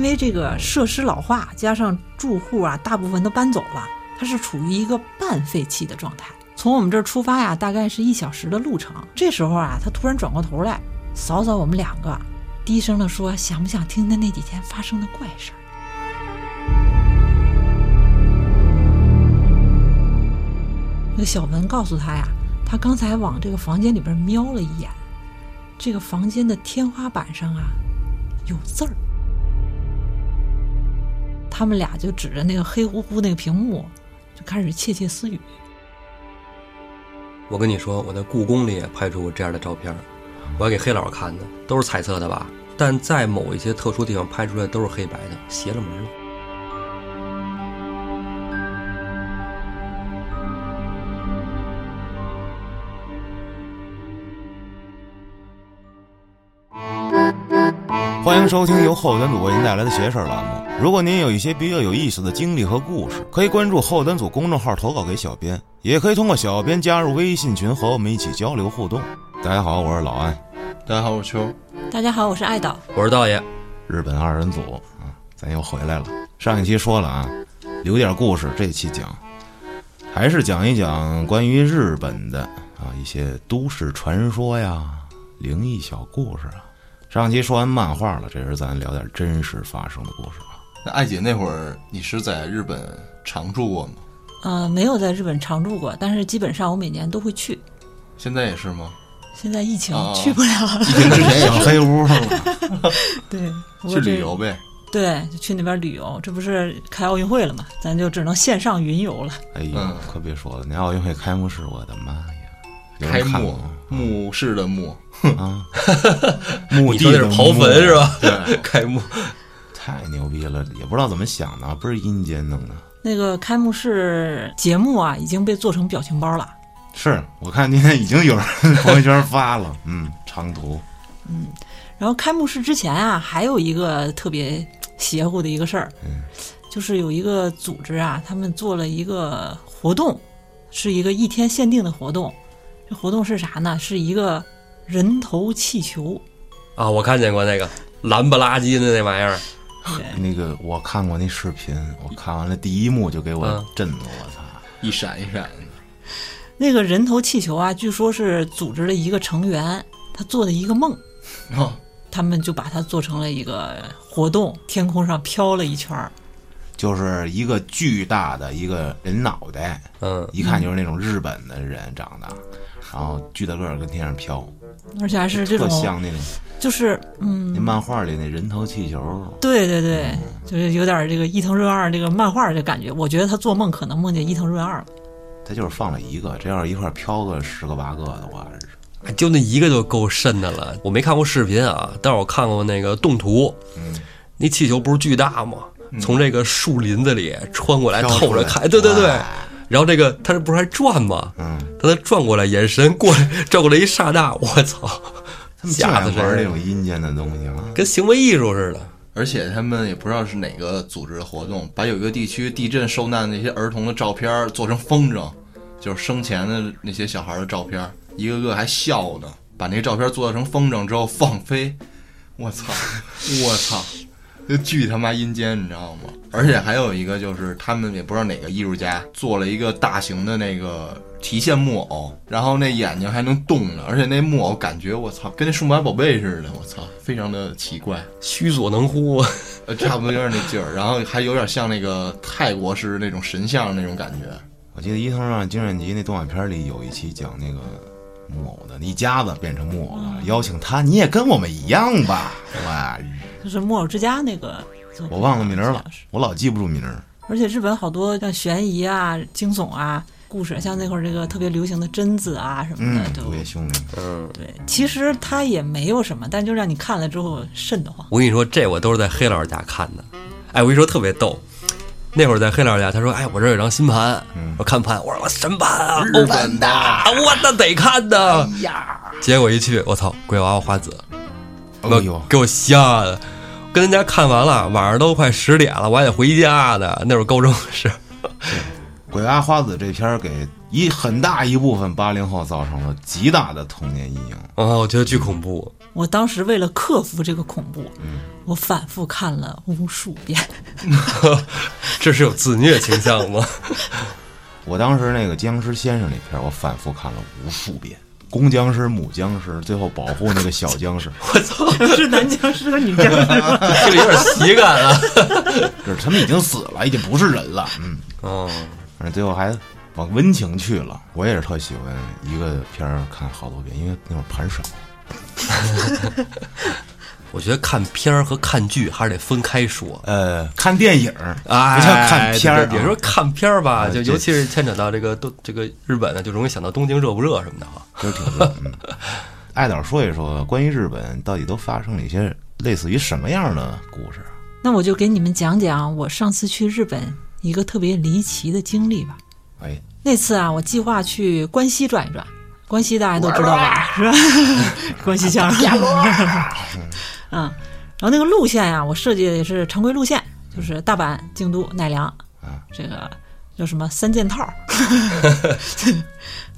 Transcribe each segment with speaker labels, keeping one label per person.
Speaker 1: 为这个设施老化，加上住户啊大部分都搬走了，它是处于一个半废弃的状态。从我们这儿出发呀，大概是一小时的路程。这时候啊，他突然转过头来，扫扫我们两个，低声的说：“想不想听听那几天发生的怪事儿？”那个小文告诉他呀，他刚才往这个房间里边瞄了一眼，这个房间的天花板上啊有字儿。他们俩就指着那个黑乎乎那个屏幕，就开始窃窃私语。
Speaker 2: 我跟你说，我在故宫里也拍出过这样的照片儿，我还给黑老师看呢，都是彩色的吧？但在某一些特殊地方拍出来都是黑白的，邪了门了。
Speaker 3: 欢迎收听由后端组为您带来的“邪事儿”栏目。如果您有一些比较有意思的经历和故事，可以关注后端组公众号投稿给小编，也可以通过小编加入微信群和我们一起交流互动。大家好，我是老安，
Speaker 4: 大家好，我是秋。
Speaker 1: 大家好，我是爱导。
Speaker 2: 我是道爷，
Speaker 3: 日本二人组啊，咱又回来了。上一期说了啊，留点故事，这期讲还是讲一讲关于日本的啊一些都市传说呀、灵异小故事啊。上期说完漫画了，这时咱聊点真实发生的故事啊吧。
Speaker 4: 那艾姐那会儿你是在日本常住过吗？
Speaker 1: 呃，没有在日本常住过，但是基本上我每年都会去。
Speaker 4: 现在也是吗？
Speaker 1: 现在疫情
Speaker 4: 哦
Speaker 1: 去不了 了，
Speaker 4: 疫情之前也
Speaker 3: 小 黑屋 了，
Speaker 1: 对，不过
Speaker 4: 去旅
Speaker 1: 这
Speaker 4: 游呗。
Speaker 1: 对，就去那边旅游。这不是开奥运会了嘛，咱就只能线上云游了。
Speaker 3: 哎呦
Speaker 4: 嗯，
Speaker 3: 可别说了，那奥运会开幕式，我的妈呀！有人
Speaker 4: 开
Speaker 3: 看
Speaker 4: 幕
Speaker 3: 过吗
Speaker 4: 墓室的墓，
Speaker 3: 啊，墓
Speaker 2: 你说
Speaker 3: 地
Speaker 2: 那是
Speaker 3: 的
Speaker 2: 刨
Speaker 3: 墓
Speaker 2: 坟是？吧？
Speaker 4: 对，
Speaker 2: 开幕
Speaker 3: 太牛逼了，也不知道怎么想的，啊不是阴间弄的。
Speaker 1: 那个开幕式节目啊，已经被做成表情包了。
Speaker 3: 是我看今天已经有人朋友圈发了，嗯，长途
Speaker 1: 然后开幕式之前啊，还有一个特别邪乎的一个事儿，
Speaker 3: 嗯
Speaker 1: 就是有一个组织啊，他们做了一个活动，是一个一天限定的活动。这活动是啥呢？是一个人头气球。
Speaker 2: 啊，我看见过那个蓝不拉几的那玩意儿，
Speaker 3: 那个我看过那视频，我看完了第一幕就给我
Speaker 2: 嗯
Speaker 3: 震的，我操！
Speaker 4: 一闪一闪的。
Speaker 1: 那个人头气球啊，据说是组织的一个成员他做的一个梦，
Speaker 4: 哦，
Speaker 1: 他们就把它做成了一个活动，天空上飘了一圈儿。
Speaker 3: 就是一个巨大的一个人脑袋，
Speaker 2: 嗯，
Speaker 3: 一看就是那种日本的人长的，然后巨大个儿跟天上飘，
Speaker 1: 而且还是这
Speaker 3: 特
Speaker 1: 种，
Speaker 3: 像那种
Speaker 1: 就是
Speaker 3: 那
Speaker 1: 嗯，
Speaker 3: 漫画里那人头气球。
Speaker 1: 对对对，就是有点这个伊藤润二这个漫画的感觉。我觉得他做梦可能梦见伊藤润二了。
Speaker 3: 他就是放了一个，这要是一块儿飘个十个八个的话，
Speaker 2: 就那一个就够瘆的了。我没看过视频啊，但是我看过那个动图，
Speaker 3: 嗯，
Speaker 2: 那气球不是巨大吗？从这个树林子里穿过来，
Speaker 3: 飘嗯出
Speaker 2: 透着
Speaker 3: 来
Speaker 2: 看，对对对
Speaker 3: 哇。
Speaker 2: 然后这个它这不是还转吗？
Speaker 3: 嗯，
Speaker 2: 它它转过来，眼神过来，转过来一刹那，我操，
Speaker 3: 他们竟
Speaker 2: 吓
Speaker 3: 然
Speaker 2: 死
Speaker 3: 玩这
Speaker 2: 谁
Speaker 3: 种
Speaker 2: 了！
Speaker 3: 阴间的东西啊！
Speaker 2: 跟行为艺术似的。
Speaker 4: 而且他们也不知道是哪个组织的活动，把有一个地区地震受难的那些儿童的照片儿做成风筝，就是生前的那些小孩的照片儿，一个个还笑呢。把那个照片做成风筝之后放飞，我操，我操，就巨他妈阴间，你知道吗？而且还有一个就是他们也不知道哪个艺术家做了一个大型的那个提线木偶，然后那眼睛还能动呢，而且那木偶感觉我操跟那数码宝贝似的，我操，非常的奇怪。
Speaker 2: 虚所能乎，
Speaker 4: 呃，差不多有点那劲儿，然后还有点像那个泰国式那种神像那种感觉。
Speaker 3: 我记得《伊藤润二精神集》那动画片里有一期讲那个木偶的，一家子变成木偶了，邀请他，你也跟我们一样吧？哇，
Speaker 1: 就是木偶之家那个作品，
Speaker 3: 我忘了名儿
Speaker 1: 好
Speaker 3: 了
Speaker 1: 像是，
Speaker 3: 我老记不住名儿。
Speaker 1: 而且日本好多像悬疑啊、惊悚啊故事，像那会儿这个特别流行的贞子啊什么
Speaker 3: 嗯
Speaker 1: 的，，都
Speaker 3: 午夜凶铃，
Speaker 2: 嗯，
Speaker 1: 对。其实它也没有什么，但就让你看了之后瘆得慌。
Speaker 2: 我跟你说，这我都是在黑老师家看的。哎，我跟你说特别逗，那会儿在黑老师家，他说：“哎，我这儿有张新盘，我看盘。”我说：“我什么盘啊？欧
Speaker 4: 嗯本的哎
Speaker 2: 啊，我那得看的。
Speaker 4: 呀，
Speaker 2: 结果一去，我操，鬼娃娃花子，
Speaker 3: 哎呦，
Speaker 2: 给我吓的，跟人家看完了，晚上都快十点了，我还得回家呢。那会儿高中是，
Speaker 3: 鬼娃花子这片儿给一很大一部分八零后造成了极大的童年阴影。
Speaker 2: 啊，我觉得巨恐怖。
Speaker 3: 嗯
Speaker 1: 我当时为了克服这个恐怖，我反复看了无数 遍。
Speaker 2: 这是有自虐倾向吗？
Speaker 3: 我当时那个《僵尸先生》那片儿，我反复看了无数遍，公僵尸、母僵尸，最后保护那个小僵尸，
Speaker 1: 是男僵尸和女僵尸吗？
Speaker 2: 这个有点喜感啊。
Speaker 3: 就是他们已经死了，已经不是人了。嗯，
Speaker 2: 哦，
Speaker 3: 反正最后还往温情去了。我也是特喜欢一个片儿看好多遍，因为那会儿盘少。
Speaker 2: 我觉得看片儿和看剧还是得分开说。
Speaker 3: 呃，看电影儿
Speaker 2: 哎，
Speaker 3: 不叫看片儿、啊，
Speaker 2: 有时候看片儿吧，
Speaker 3: 哎
Speaker 2: 就
Speaker 3: 对
Speaker 2: 尤其是牵扯到这个东这个日本呢，就容易想到东京热不热什么的哈。
Speaker 3: 就是挺热。嗯，爱导说一说关于日本到底都发生了一些类似于什么样的故事？
Speaker 1: 那我就给你们讲讲我上次去日本一个特别离奇的经历吧。
Speaker 3: 哎，
Speaker 1: 那次啊，我计划去关西转一转，关西大家都知道吧，是吧？ 关西相声，嗯，然后那个路线呀、我设计的也是常规路线，就是大阪、京都、奈良，
Speaker 3: 啊，
Speaker 1: 这个叫什么三件套。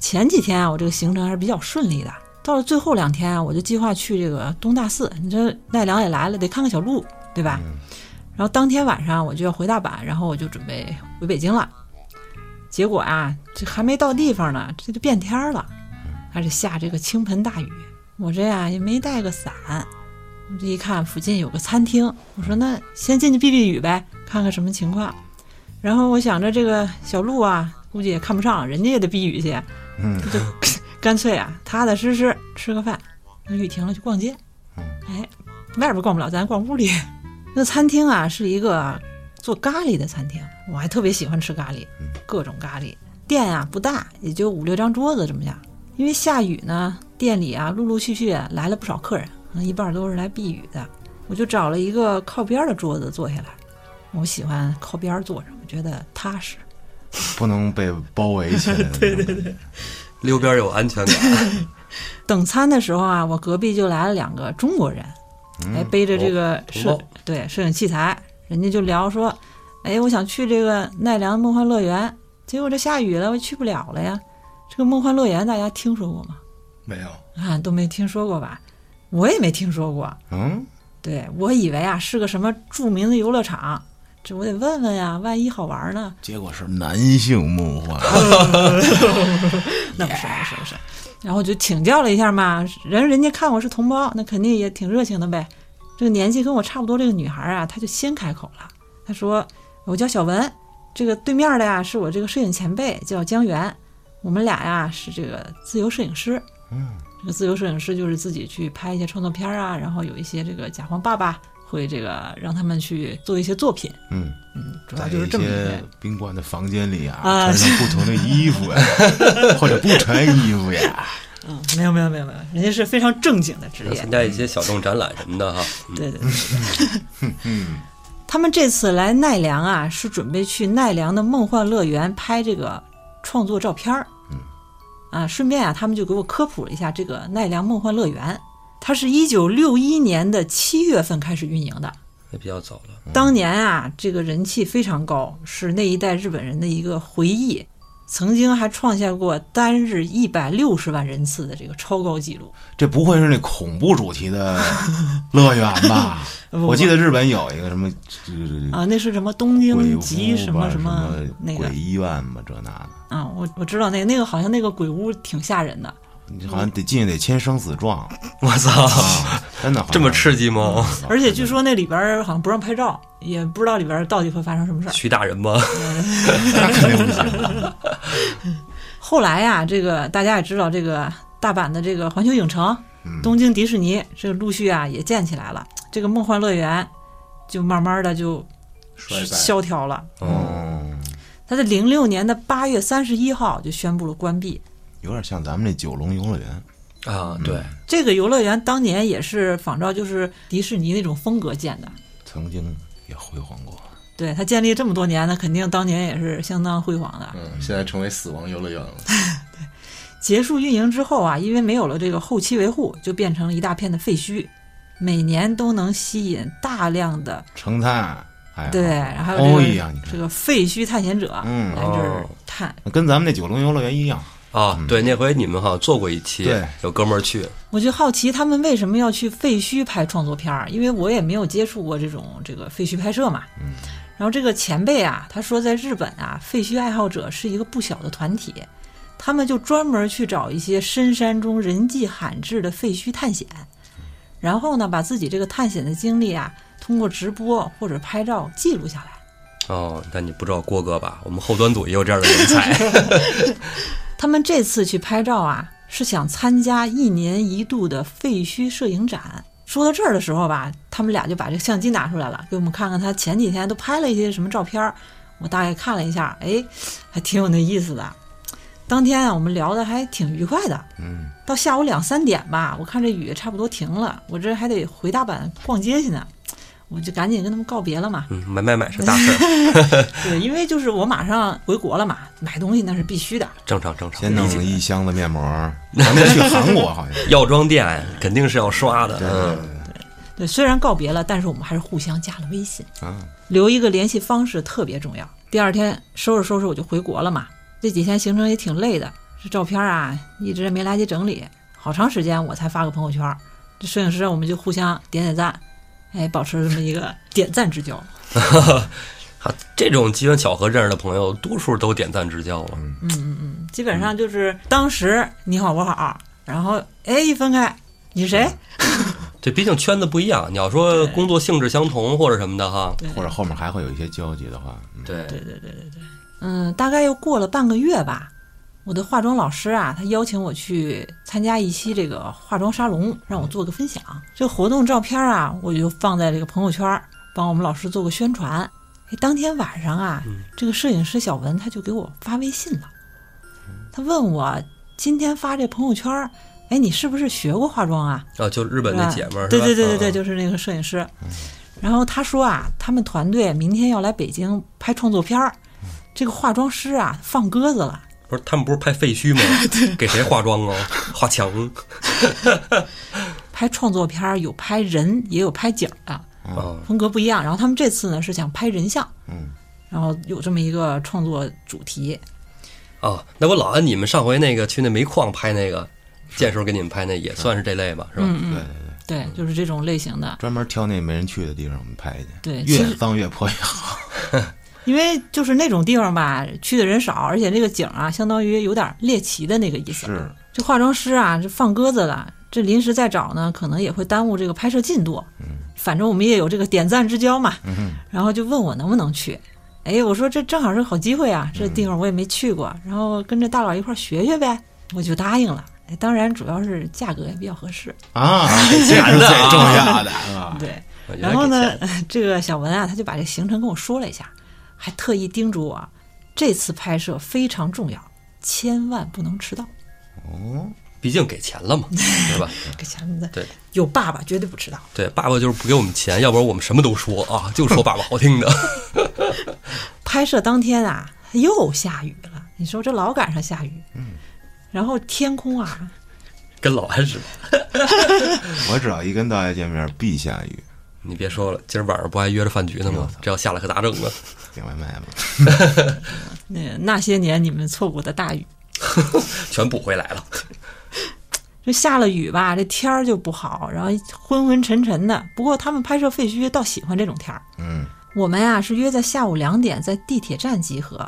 Speaker 1: 前几天啊，我这个行程还是比较顺利的，到了最后两天啊，我就计划去这个东大寺。你这奈良也来了，得看看小鹿，对吧？然后当天晚上我就要回大阪，然后我就准备回北京了。结果啊，这还没到地方呢，这就变天儿了，开始下这个倾盆大雨。我这呀也没带个伞，我这一看附近有个餐厅，我说那先进去避避雨呗，看看什么情况。然后我想着这个小鹿啊，估计也看不上，人家也得避雨去，
Speaker 3: 嗯，
Speaker 1: 就 干脆啊，踏踏实实吃个饭，那雨停了就逛街。哎，外边逛不了，咱逛屋里。那餐厅啊是一个做咖喱的餐厅，我还特别喜欢吃咖喱，各种咖喱。店啊不大，也就五六张桌子这么样。因为下雨呢，店里啊陆陆续续来了不少客人，可能一半都是来避雨的。我就找了一个靠边儿的桌子坐下来，我喜欢靠边儿坐着，我觉得踏实。
Speaker 3: 不能被包围起来。对对对，
Speaker 2: 溜边儿有安全感，
Speaker 1: 等餐的时候啊，我隔壁就来了两个中国人，哎，背着这个摄、
Speaker 2: 哦
Speaker 1: 对摄影器材，人家就聊说，哎，我想去这个奈良梦幻乐园，结果这下雨了，我去不了了呀。这个梦幻乐园大家听说过吗？
Speaker 4: 没有，
Speaker 1: 啊，都没听说过吧？我也没听说过。
Speaker 3: 嗯，
Speaker 1: 对我以为啊是个什么著名的游乐场，这我得问问呀，万一好玩呢？
Speaker 3: 结果是男性梦幻，
Speaker 1: 啊那不是不是不是。然后我就请教了一下嘛，人人家看我是同胞，那肯定也挺热情的呗。这个年纪跟我差不多这个女孩啊，她就先开口了，她说：“我叫小文，这个对面的呀是我这个摄影前辈，叫江源，我们俩呀是这个自由摄影师。”嗯，这个自由摄影师就是自己去拍一些创作片啊，然后有一些这个甲方爸爸会这个让他们去做一些作品。
Speaker 3: 嗯，
Speaker 1: 嗯，主要
Speaker 3: 在
Speaker 1: 就是
Speaker 3: 一
Speaker 1: 这么一个
Speaker 3: 些宾馆的房间里啊，
Speaker 1: 啊
Speaker 3: 穿上不同的衣服 呀，或者不穿衣服呀，
Speaker 1: 嗯，没有没有没有没有，人家是非常正经的职业。
Speaker 2: 参加一些小众展览什么的哈。
Speaker 3: 嗯
Speaker 1: 对对对。 他们这次来奈良啊，是准备去奈良的梦幻乐园拍这个创作照片儿。嗯，啊，顺便啊，他们就给我科普了一下这个奈良梦幻乐园，它是一九六一年的七月份开始运营的。
Speaker 2: 也比较早
Speaker 3: 嗯
Speaker 2: 了，
Speaker 1: 当年啊，这个人气非常高，是那一代日本人的一个回忆，曾经还创下过单日一百六十万人次的这个超高纪录。
Speaker 3: 这不会是那恐怖主题 的乐园吧？
Speaker 1: 不
Speaker 3: 我记得日本有一个什么呃
Speaker 1: 啊，那是什么东
Speaker 3: 鬼
Speaker 1: 京
Speaker 3: 屋
Speaker 1: 集
Speaker 3: 吧
Speaker 1: 什
Speaker 3: 什
Speaker 1: 么
Speaker 3: 什
Speaker 1: 么那个
Speaker 3: 鬼医院吧，这那的。
Speaker 1: 啊，我我知道那个那个好像那个鬼屋挺吓人的，
Speaker 4: 哦
Speaker 3: 你好像得进去得签生 死状，啊
Speaker 2: 我操，
Speaker 3: 真的好像嗯
Speaker 2: 这么刺激吗？
Speaker 1: 而且据说那里边儿好像不让拍照，也不知道里边儿到底会发生什么事儿。
Speaker 2: 徐大人吗？
Speaker 3: 那肯定不行。
Speaker 1: 后来呀、这个大家也知道，这个大阪的这个环球影城、
Speaker 4: 嗯
Speaker 1: 东京迪士尼，这个陆续啊也建起来了，这个梦幻乐园就慢慢的就
Speaker 4: 衰败
Speaker 1: 萧条了。
Speaker 3: 嗯，
Speaker 1: 它在零六年的八月三十一号就宣布了关闭。
Speaker 3: 有点像咱们这九龙游乐园，
Speaker 2: 啊，对，
Speaker 1: 这个游乐园当年也是仿照就是迪士尼那种风格建的，
Speaker 3: 曾经也辉煌过。
Speaker 1: 对它建立这么多年，那肯定当年也是相当辉煌的。
Speaker 4: 嗯，现在成为死亡游乐园了。
Speaker 1: 结束运营之后啊，因为没有了这个后期维护，就变成了一大片的废墟，每年都能吸引大量的
Speaker 3: 成探，哎呀，
Speaker 1: 对，然后还有
Speaker 3: 哦
Speaker 1: 这
Speaker 3: 一
Speaker 1: 个、
Speaker 3: 样，你看
Speaker 1: 这个废墟探险者来
Speaker 3: 嗯
Speaker 1: 这儿探。
Speaker 3: 跟咱们那九龙游乐园一样，
Speaker 2: 啊，对，那回你们好像做过一期
Speaker 5: 对，
Speaker 2: 有哥们儿去，
Speaker 1: 我就好奇他们为什么要去废墟拍创作片儿，因为我也没有接触过这种这个废墟拍摄嘛。嗯。然后这个前辈啊，他说在日本啊，废墟爱好者是一个不小的团体，他们就专门去找一些深山中人迹罕至的废墟探险，然后呢，把自己这个探险的经历啊，通过直播或者拍照记录下来。
Speaker 2: 哦，但你不知道郭哥吧？我们后端组也有这样的人才。
Speaker 1: 他们这次去拍照啊，是想参加一年一度的废墟摄影展。说到这儿的时候吧，他们俩就把这个相机拿出来了，给我们看看他前几天都拍了一些什么照片儿。我大概看了一下，哎，还挺有那意思的。当天啊，我们聊的还挺愉快的。嗯，到下午两三点吧，我看这雨也差不多停了，我这还得回大阪逛街去呢，我就赶紧跟他们告别了嘛。
Speaker 2: 嗯，买买买是大事儿，
Speaker 1: 对，因为就是我马上回国了嘛，买东西那是必须的。
Speaker 2: 正常正常。
Speaker 5: 先弄
Speaker 2: 理解
Speaker 5: 一箱子面膜儿，咱们去韩国好像。
Speaker 2: 药妆店肯定是要刷的，
Speaker 5: 对对
Speaker 2: 嗯，
Speaker 5: 对
Speaker 1: 对，虽然告别了，但是我们还是互相加了微信，
Speaker 5: 对啊，
Speaker 1: 留一个联系方式特别重要。第二天收拾收拾我就回国了嘛，这几天行程也挺累的，这照片啊一直没来及整理，好长时间我才发个朋友圈。这摄影师我们就互相点点赞，哎，保持这么一个 点赞之交。
Speaker 2: 啊，这种机缘巧合认识的朋友，多数都点赞之交了。
Speaker 1: 基本上就是当时你好我好，然后哎一分开，你是谁？
Speaker 2: 这毕竟圈子不一样，你要说工作性质相同或者什么的哈，
Speaker 1: 对
Speaker 5: 或者后面还会有一些交集的话，
Speaker 2: 对，
Speaker 1: 嗯，大概又过了半个月吧，我的化妆老师啊，他邀请我去参加一期这个化妆沙龙，让我做个分享。这活动照片啊，我就放在这个朋友圈儿，帮我们老师做个宣传。哎，当天晚上啊，这个摄影师小文他就给我发微信了，他问我今天发这朋友圈儿，哎，你是不是学过化妆啊？
Speaker 2: 啊，就日本那姐们儿，
Speaker 1: 对
Speaker 2: 是吧
Speaker 1: 对对对对，
Speaker 2: 嗯
Speaker 1: 就是那个摄影师。然后他说啊，他们团队明天要来北京拍创作片儿，这个化妆师啊放鸽子了。
Speaker 2: 不是他们不是拍 废墟吗？给谁化妆啊？画墙
Speaker 1: 拍创作片儿有拍人也有拍景儿的，
Speaker 2: 啊，
Speaker 1: 风格不一样。然后他们这次呢是想拍人像，嗯，然后有这么一个创作主题。
Speaker 2: 啊，那我老安，你们上回那个去那煤矿拍那个，建时候给你们拍那也算是这类吧，是吧？
Speaker 1: 嗯
Speaker 5: 对对对，
Speaker 1: 对，
Speaker 2: 嗯
Speaker 1: 就是这种类型的，
Speaker 5: 专门挑那没人去的地方我们拍去，
Speaker 1: 对其
Speaker 5: 越
Speaker 1: 实
Speaker 5: 脏越 破越好。
Speaker 1: 因为就是那种地方吧，去的人少，而且那个景儿啊，相当于有点猎奇的那个意思。
Speaker 5: 是，
Speaker 1: 这化妆师啊，这放鸽子了，这临时再找呢，可能也会耽误这个拍摄进度。嗯，反正我们也有这个点赞之交嘛。嗯，然后就问我能不能去。哎，我说这正好是个好机会啊，这地方我也没去过，然后跟着大佬一块儿学学呗，我就答应了。哎，当然主要是价格也比较合适。
Speaker 5: 啊，这是最重要的
Speaker 2: 哎
Speaker 5: 啊！
Speaker 1: 对，
Speaker 2: 我觉得
Speaker 1: 然后呢
Speaker 2: 给 钱，
Speaker 1: 这个小文啊，他就把这行程跟我说了一下，还特意叮嘱我，这次拍摄非常重要，千万不能迟到。
Speaker 2: 毕竟给钱了嘛，
Speaker 1: 嗯
Speaker 2: 对吧？
Speaker 1: 给前面的
Speaker 2: 嗯对
Speaker 1: 有爸爸绝对不迟到。
Speaker 2: 对，爸爸就是不给我们钱，要不然我们什么都说啊，就说爸爸好 听的。
Speaker 1: 拍摄当天啊，又下雨了。你说这老赶上下雨，嗯，然后天空啊，
Speaker 2: 跟老安似的。
Speaker 5: 我只要一跟大家见面，必下雨，
Speaker 2: 你别说了，今儿晚上不还约着饭局呢吗？这要下来可咋整啊？
Speaker 5: 点外卖吧。
Speaker 1: 那那些年你们错过的大雨，
Speaker 2: 全补回来了。
Speaker 1: 这下了雨吧，这天儿就不好，然后昏昏沉沉的。不过他们拍摄废墟倒喜欢这种天儿。
Speaker 5: 嗯，
Speaker 1: 我们呀、是约在下午两点在地铁站集合。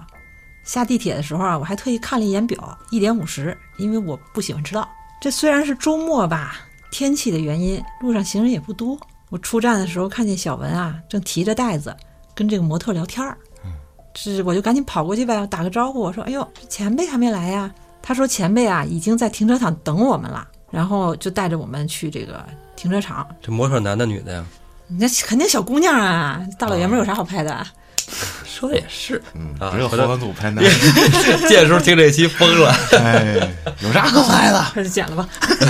Speaker 1: 下地铁的时候啊，我还特意看了一眼表，一点五十，因为我不喜欢迟到。这虽然是周末吧，天气的原因，路上行人也不多。我出站的时候看见小文啊，正提着袋子跟这个模特聊天儿。这我就赶紧跑过去呗，打个招呼，我说：“哎呦，这前辈还没来呀？”他说：“前辈啊，已经在停车场等我们了。”然后就带着我们去这个停车场。
Speaker 2: 这模特男的女的呀？
Speaker 1: 那肯定小姑娘啊，大老爷们儿有啥好拍的啊？
Speaker 2: 说也是，嗯啊，
Speaker 5: 只有后
Speaker 2: 回头
Speaker 5: 端组拍 那，
Speaker 2: 见时候听这期疯了。
Speaker 5: 哎，有啥可拍的？
Speaker 1: 开始剪了吧。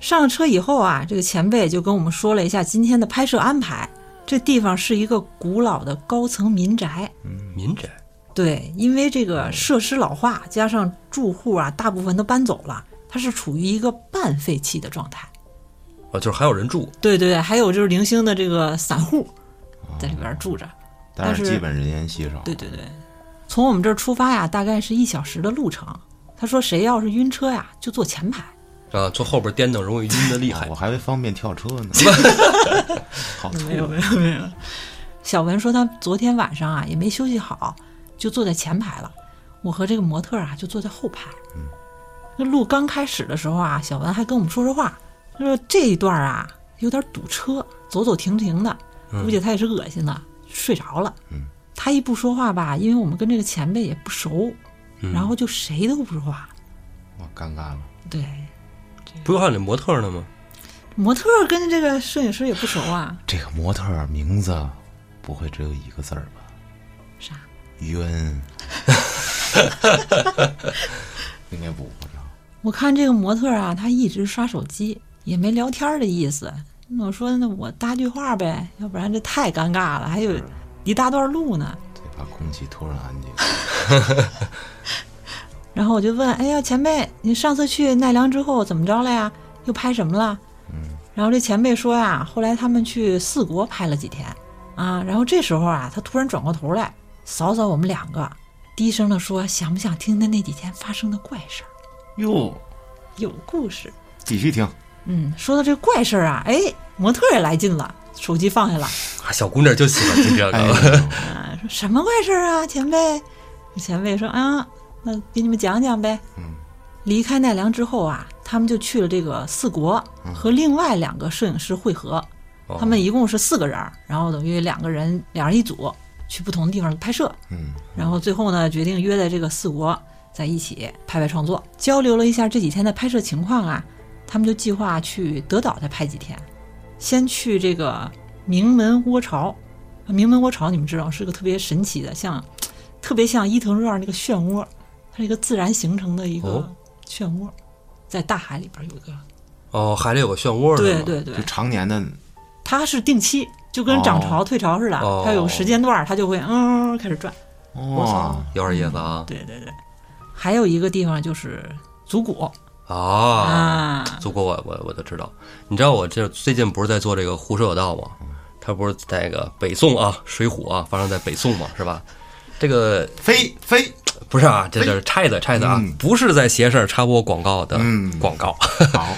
Speaker 1: 上了车以后啊，这个前辈就跟我们说了一下今天的拍摄安排。这地方是一个古老的高层民宅，
Speaker 2: 民宅
Speaker 1: 对，因为这个设施老化，加上住户啊大部分都搬走了，它是处于一个半废弃的状态。
Speaker 2: 啊，就是还有人住，
Speaker 1: 对对对，还有就是零星的这个散户在里边住着。
Speaker 5: 但
Speaker 1: 但
Speaker 5: 是
Speaker 1: 是
Speaker 5: 基本人烟稀少。啊
Speaker 1: 对对对，从我们这儿出发呀，大概是一小时的路程。他说谁要是晕车呀，就坐前排。
Speaker 2: 啊，坐后边颠倒容易晕的厉害
Speaker 5: 啊我。还以为方便跳车 呢。好吐
Speaker 1: 没有没有没有。小文说他昨天晚上啊也没休息好，就坐在前排了。我和这个模特啊就坐在后排。那路刚开始的时候啊，小文还跟我们说说话，他说这一段啊有点堵车，走走停停的，估计他也是恶心了，睡着了。他一不说话吧，因为我们跟这个前辈也不熟，然后就谁都不说话。
Speaker 5: 我尴尬了。
Speaker 1: 对，
Speaker 2: 不就还有那模特呢吗？
Speaker 1: 模特跟这个摄影师也不熟啊，
Speaker 5: 这个模特儿名字不会只有一个字儿吧？
Speaker 1: 啥？
Speaker 5: 冤， 应该不会啊吧？
Speaker 1: 我看这个模特啊，他一直刷手机，也没聊天的意思。那我说，那我搭句话呗，要不然这太尴尬了，还有一大段路呢。
Speaker 5: 这把空气突然安静。
Speaker 1: 然后我就问，哎呀，前辈，你上次去奈良之后怎么着了呀？又拍什么了？嗯。然后这前辈说呀，后来他们去四国拍了几天，啊，然后这时候啊，他突然转过头来扫扫我们两个，低声的说，想不想听听那几天发生的怪事儿？
Speaker 5: 哟，
Speaker 1: 有故事。
Speaker 5: 继续 听，
Speaker 1: 嗯，说到这个怪事儿啊，哎，模特儿也来劲了，手机放下了，
Speaker 2: 啊小姑娘就喜欢听这
Speaker 5: 哎呦
Speaker 2: 个。
Speaker 1: 啊，说什么怪事儿啊，前辈？前辈说啊，那给你们讲讲呗。嗯，离开奈良之后啊，他们就去了这个四国，和另外两个摄影师会合。
Speaker 2: 哦
Speaker 1: 他们一共是四个人儿，然后等于两个人两人一组去不同的地方拍摄。
Speaker 5: 嗯，
Speaker 1: 然后最后呢，决定约在这个四国在一起拍拍创作，交流了一下这几天的拍摄情况啊，他们就计划去德岛再拍几天，先去这个名门窝巢。啊名门窝巢你们知道是个特别神奇的，像特别像伊藤润二那个漩涡，它是一个自然形成的一个
Speaker 2: 哦
Speaker 1: 漩涡，在大海里边有一个。
Speaker 2: 哦，海里有个漩涡是
Speaker 1: 对
Speaker 2: 吗？
Speaker 1: 对对
Speaker 5: 就，常年的
Speaker 1: 它是定期，就跟涨潮、退潮似的，
Speaker 2: 哦
Speaker 1: 它有时间段儿，它就会嗯开始转。
Speaker 5: 哇，
Speaker 2: 有点意思啊
Speaker 1: 对对对，还有一个地方就是足谷
Speaker 2: 啊！
Speaker 1: 啊，
Speaker 2: 祖国我我我都知道。你知道我这最近不是在做这个胡说有道吗？它不是在那个北宋啊，《水浒》啊，发生在北宋嘛，是吧？这个
Speaker 5: 飞飞，
Speaker 2: 不是啊，这这是拆的拆的啊，
Speaker 5: 嗯
Speaker 2: 不是在斜视儿插播广告的
Speaker 5: 嗯
Speaker 2: 广告。
Speaker 5: 好，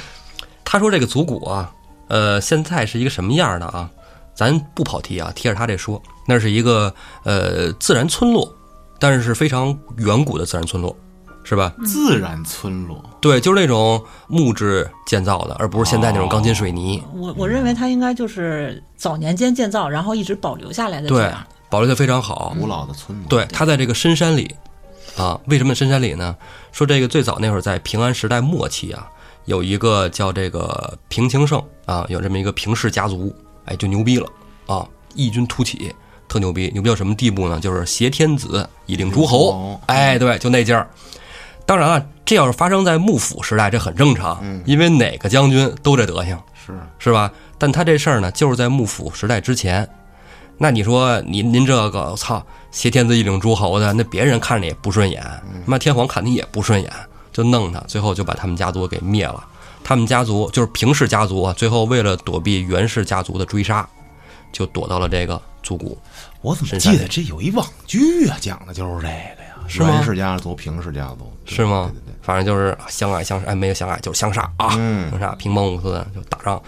Speaker 2: 他说这个足骨啊，呃，现在是一个什么样的啊？咱不跑题啊，贴着他这说，那是一个呃自然村落，但是是非常远古的自然村落，是吧？
Speaker 5: 自然村落，
Speaker 2: 对，就是那种木质建造的，而不是现在那种钢筋水泥。
Speaker 1: 我我认为它应该就是早年间建造，然后一直保留下来的这
Speaker 2: 对
Speaker 1: 样。，
Speaker 2: 保留的非常好。
Speaker 5: 古老的村落，，
Speaker 2: 对，它在这个深山里啊，为什么深山里呢？说这个最早那会儿在平安时代末期啊，有一个叫这个平清盛啊，有这么一个平氏家族，哎，就牛逼了啊，异军突起，特牛逼，牛逼到什么地步呢？就是挟天子以令诸
Speaker 5: 诸
Speaker 2: 侯
Speaker 5: 侯，
Speaker 2: 哎，对，就那劲儿。当然了，这要是发生在幕府时代，这很正常，因为哪个将军都这德行，
Speaker 5: 嗯是
Speaker 2: 是吧？但他这事儿呢，就是在幕府时代之前。那你说您您这个我操，挟天子以令诸侯的，那别人看着也不顺眼，
Speaker 5: 嗯
Speaker 2: 妈天皇看你也不顺眼，就弄他，最后就把他们家族给灭了。他们家族就是平氏家族啊，最后为了躲避源氏家族的追杀，就躲到了这个族谷。
Speaker 5: 我怎么记得这有一网剧啊，讲的就是这个呀，
Speaker 2: 是吗
Speaker 5: 袁氏家族、平氏家族，对
Speaker 2: 是吗
Speaker 5: 对对对，？嗯
Speaker 2: 反正就是相爱相杀，哎，没有相爱就是相杀啊，相杀平崩五四就打仗，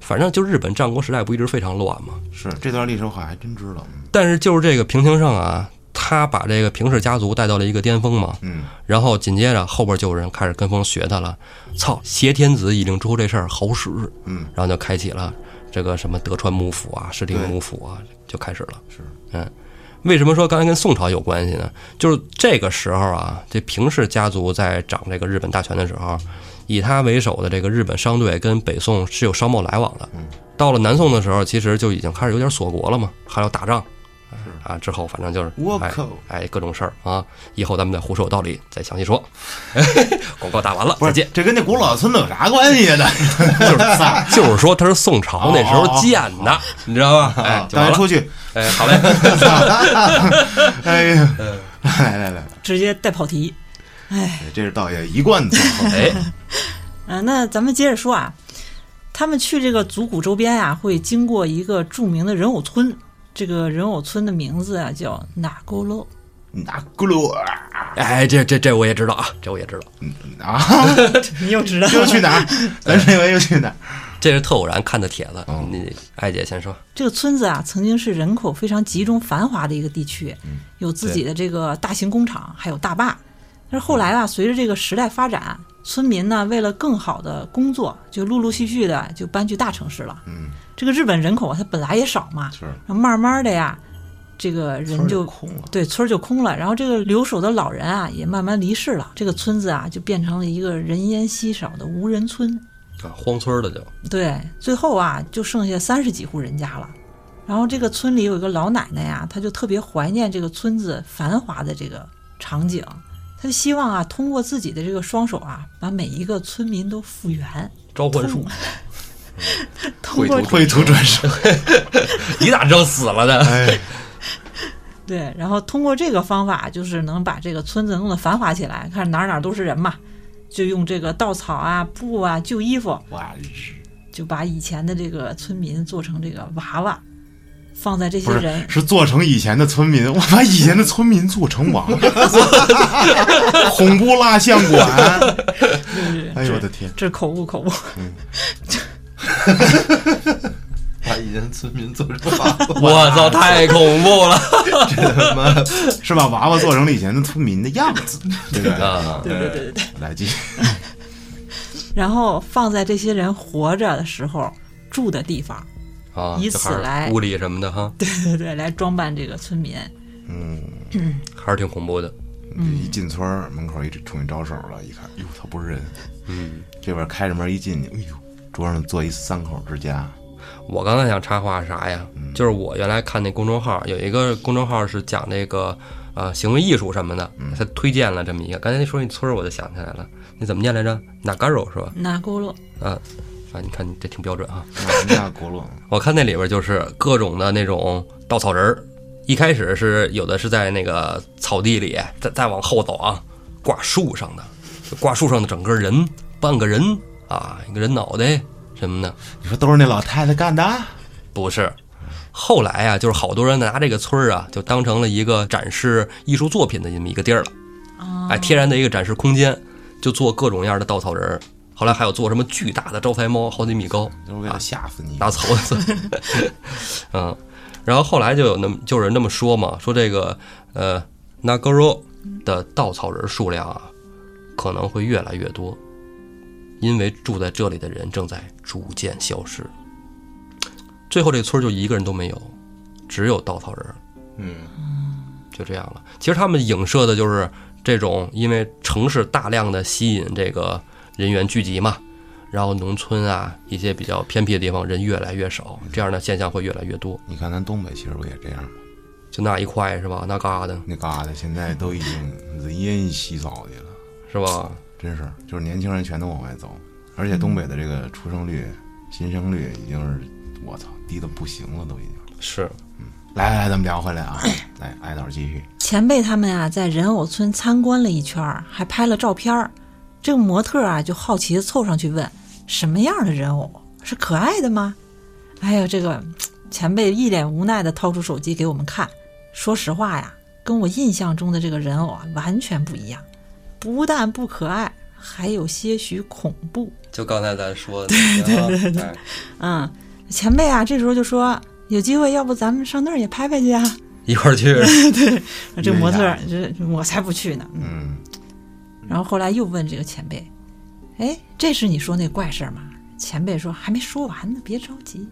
Speaker 2: 反正就日本战国时代不一直非常乱吗？
Speaker 5: 是这段历史我好像还真知道，嗯
Speaker 2: 但是就是这个平清盛啊，他把这个平氏家族带到了一个巅峰嘛，
Speaker 5: 嗯，
Speaker 2: 然后紧接着后边就有人开始跟风学他了，操，挟天子以令诸侯这事儿好使，
Speaker 5: 嗯，
Speaker 2: 然后就开启了这个什么德川幕府啊、室町幕府啊，就开始了，
Speaker 5: 是，
Speaker 2: 嗯。为什么说刚才跟宋朝有关系呢？就是这个时候啊，这平氏家族在掌这个日本大权的时候，以他为首的这个日本商队跟北宋是有商贸来往的。
Speaker 5: 嗯
Speaker 2: 到了南宋的时候，其实就已经开始有点锁国了嘛，还要打仗，啊，之后反正就是
Speaker 5: 我
Speaker 2: 哎
Speaker 5: 靠
Speaker 2: 哎各种事儿啊，以后咱们再胡说有道理再详细说。 广告打完了，
Speaker 5: 不
Speaker 2: 再
Speaker 5: 是
Speaker 2: 见。
Speaker 5: 这跟那古老村落有啥关系 呢？
Speaker 2: 就是就是说他是宋朝那时候建的，你知道吧？哎，就
Speaker 5: 大家
Speaker 2: 完了。
Speaker 5: 出去，
Speaker 2: 哎，好嘞。
Speaker 5: 哎呀， 来来来，
Speaker 1: 直接带跑题。
Speaker 5: 这是道爷一贯的作风。
Speaker 2: 哎，
Speaker 1: 啊，那咱们接着说啊，他们去这个足谷周边啊，会经过一个著名的人偶 村。这个人偶村的名字啊叫哪沟楼，
Speaker 5: 那咕噜啊，
Speaker 2: 哎，这这这我也知道啊，这我也知道，
Speaker 5: 啊，
Speaker 1: 你又知道
Speaker 5: 又去 哪儿？咱这回又去哪儿？
Speaker 2: 这是特偶然看的帖子
Speaker 5: 哦。
Speaker 2: 你艾姐先说，
Speaker 1: 这个村子啊，曾经是人口非常集中、繁华的一个地区，
Speaker 5: 嗯
Speaker 1: 有自己的这个大型工厂，还有大坝。但是后来啊，随着这个时代发展，村民呢为了更好的工作，就陆陆续续的就搬去大城市了。
Speaker 5: 嗯，
Speaker 1: 这个日本人口啊，它本来也少嘛，
Speaker 5: 是
Speaker 1: 然后慢慢的呀，这个
Speaker 5: 村儿
Speaker 1: 人就
Speaker 5: 空了。
Speaker 1: 对村儿就空了，然后这个留守的老人啊也慢慢离世了，这个村子啊就变成了一个人烟稀少的无人村。
Speaker 2: 啊，荒村儿的就
Speaker 1: 对，最后啊，就剩下三十几户人家了。然后这个村里有一个老奶奶呀、她就特别怀念这个村子繁华的这个场景，她就希望啊，通过自己的这个双手啊，把每一个村民都复原。
Speaker 2: 召唤 术，
Speaker 1: 通过
Speaker 5: 绘图转 生，
Speaker 2: 你咋知道死了的？
Speaker 5: 哎，
Speaker 1: 对，然后通过这个方法，就是能把这个村子弄得繁华起来，看哪儿哪儿都是人嘛，就用这个稻草啊、布啊、旧衣服，
Speaker 5: 哇，
Speaker 1: 就把以前的这个村民做成这个娃娃，放在这些
Speaker 5: 不
Speaker 1: 人
Speaker 5: 是，是做成以前的村民，我把以前的村民做成王， 恐怖蜡像馆。
Speaker 1: 就是
Speaker 5: 哎呦我的天！
Speaker 1: 这口误口误。
Speaker 4: 把以前村民做成娃娃，
Speaker 2: 我操，太恐怖了！
Speaker 4: 他妈
Speaker 5: 是把娃娃做成了以前的村民的样子，对不对？
Speaker 2: 啊，
Speaker 1: 对对对对对。
Speaker 5: 来继续，
Speaker 1: 然后放在这些人活着的时候住的地方，
Speaker 2: 啊，
Speaker 1: 以
Speaker 2: 这
Speaker 1: 此
Speaker 2: 还是
Speaker 1: 来
Speaker 2: 屋里什么的哈，
Speaker 1: 对对对，来装扮这个村民。
Speaker 2: 还是挺恐怖的。
Speaker 5: 一进村儿门口一冲你招手了，一看，哟，他不是人。嗯，这边开着门一进去，哎呦，桌上坐一三口之家，
Speaker 2: 我刚才想插话是啥呀？就是我原来看那公众号，有一个公众号是讲这个呃行为艺术什么的，他推荐了这么一个。刚才那说那村儿，我就想起来了，那怎么念来着？哪嘎肉是吧？
Speaker 1: 那勾勒，
Speaker 2: 啊，啊，你看你这挺标准啊。
Speaker 5: 那国落，
Speaker 2: 我看那里边就是各种的那种稻草人儿，一开始是有的是在那个草地里，再再往后走啊，挂树上的，挂树上的整个人半个人啊，一个人脑袋什么的，
Speaker 5: 你说都是那老太太干的？啊
Speaker 2: 不是。后来啊，就是好多人拿这个村儿啊，就当成了一个展示艺术作品的这么一个地儿了，哎，天然的一个展示空间，就做各种样的稻草人儿。后来还有做什么巨大的招财猫，好几米高，
Speaker 5: 就是为了吓死你。
Speaker 2: 大槽子， 嗯，然后后来就有那么就有人那么说嘛，说这个呃 n a g a r o 的稻草人数量啊，可能会越来越多，因为住在这里的人正在逐渐消失，最后这村儿就一个人都没有，只有稻草人，
Speaker 4: 嗯，
Speaker 2: 就这样了。其实他们影射的就是这种，因为城市大量的吸引这个人员聚集嘛，然后农村啊一些比较偏僻的地方人越来越少，这样的现象会越来越多。
Speaker 5: 你看咱东北其实不也这样吗？
Speaker 2: 就那一块是吧？那嘎达
Speaker 5: 那旮瘩现在都已经人烟稀少去了，
Speaker 2: 是吧？
Speaker 5: 真是，就是年轻人全都往外走，而且东北的这个出生率、新生率已经是，我操，低的不行了，都已经。
Speaker 2: 是
Speaker 5: 来来来，咱们聊回来啊，来，艾导继续。
Speaker 1: 前辈他们啊，在人偶村参观了一圈儿，还拍了照片儿。这个模特啊，就好奇的凑上去问：“什么样的人偶是可爱的吗？”哎呀，这个前辈一脸无奈的掏出手机给我们看。说实话呀，跟我印象中的这个人偶啊，完全不一样，不但不可爱，还有些许恐怖。
Speaker 2: 就刚才咱说的，对对对，
Speaker 1: 嗯，前辈啊，这时候就说：“有机会，要不咱们上那儿也拍拍去啊
Speaker 2: 一 块儿去？”
Speaker 1: 这模特
Speaker 5: 哎
Speaker 1: 儿，这我才不去呢。嗯
Speaker 5: 嗯，
Speaker 1: 然后后来又问这个前辈：“哎，这是你说那怪事儿吗？”前辈说：“还没说完呢，别着急。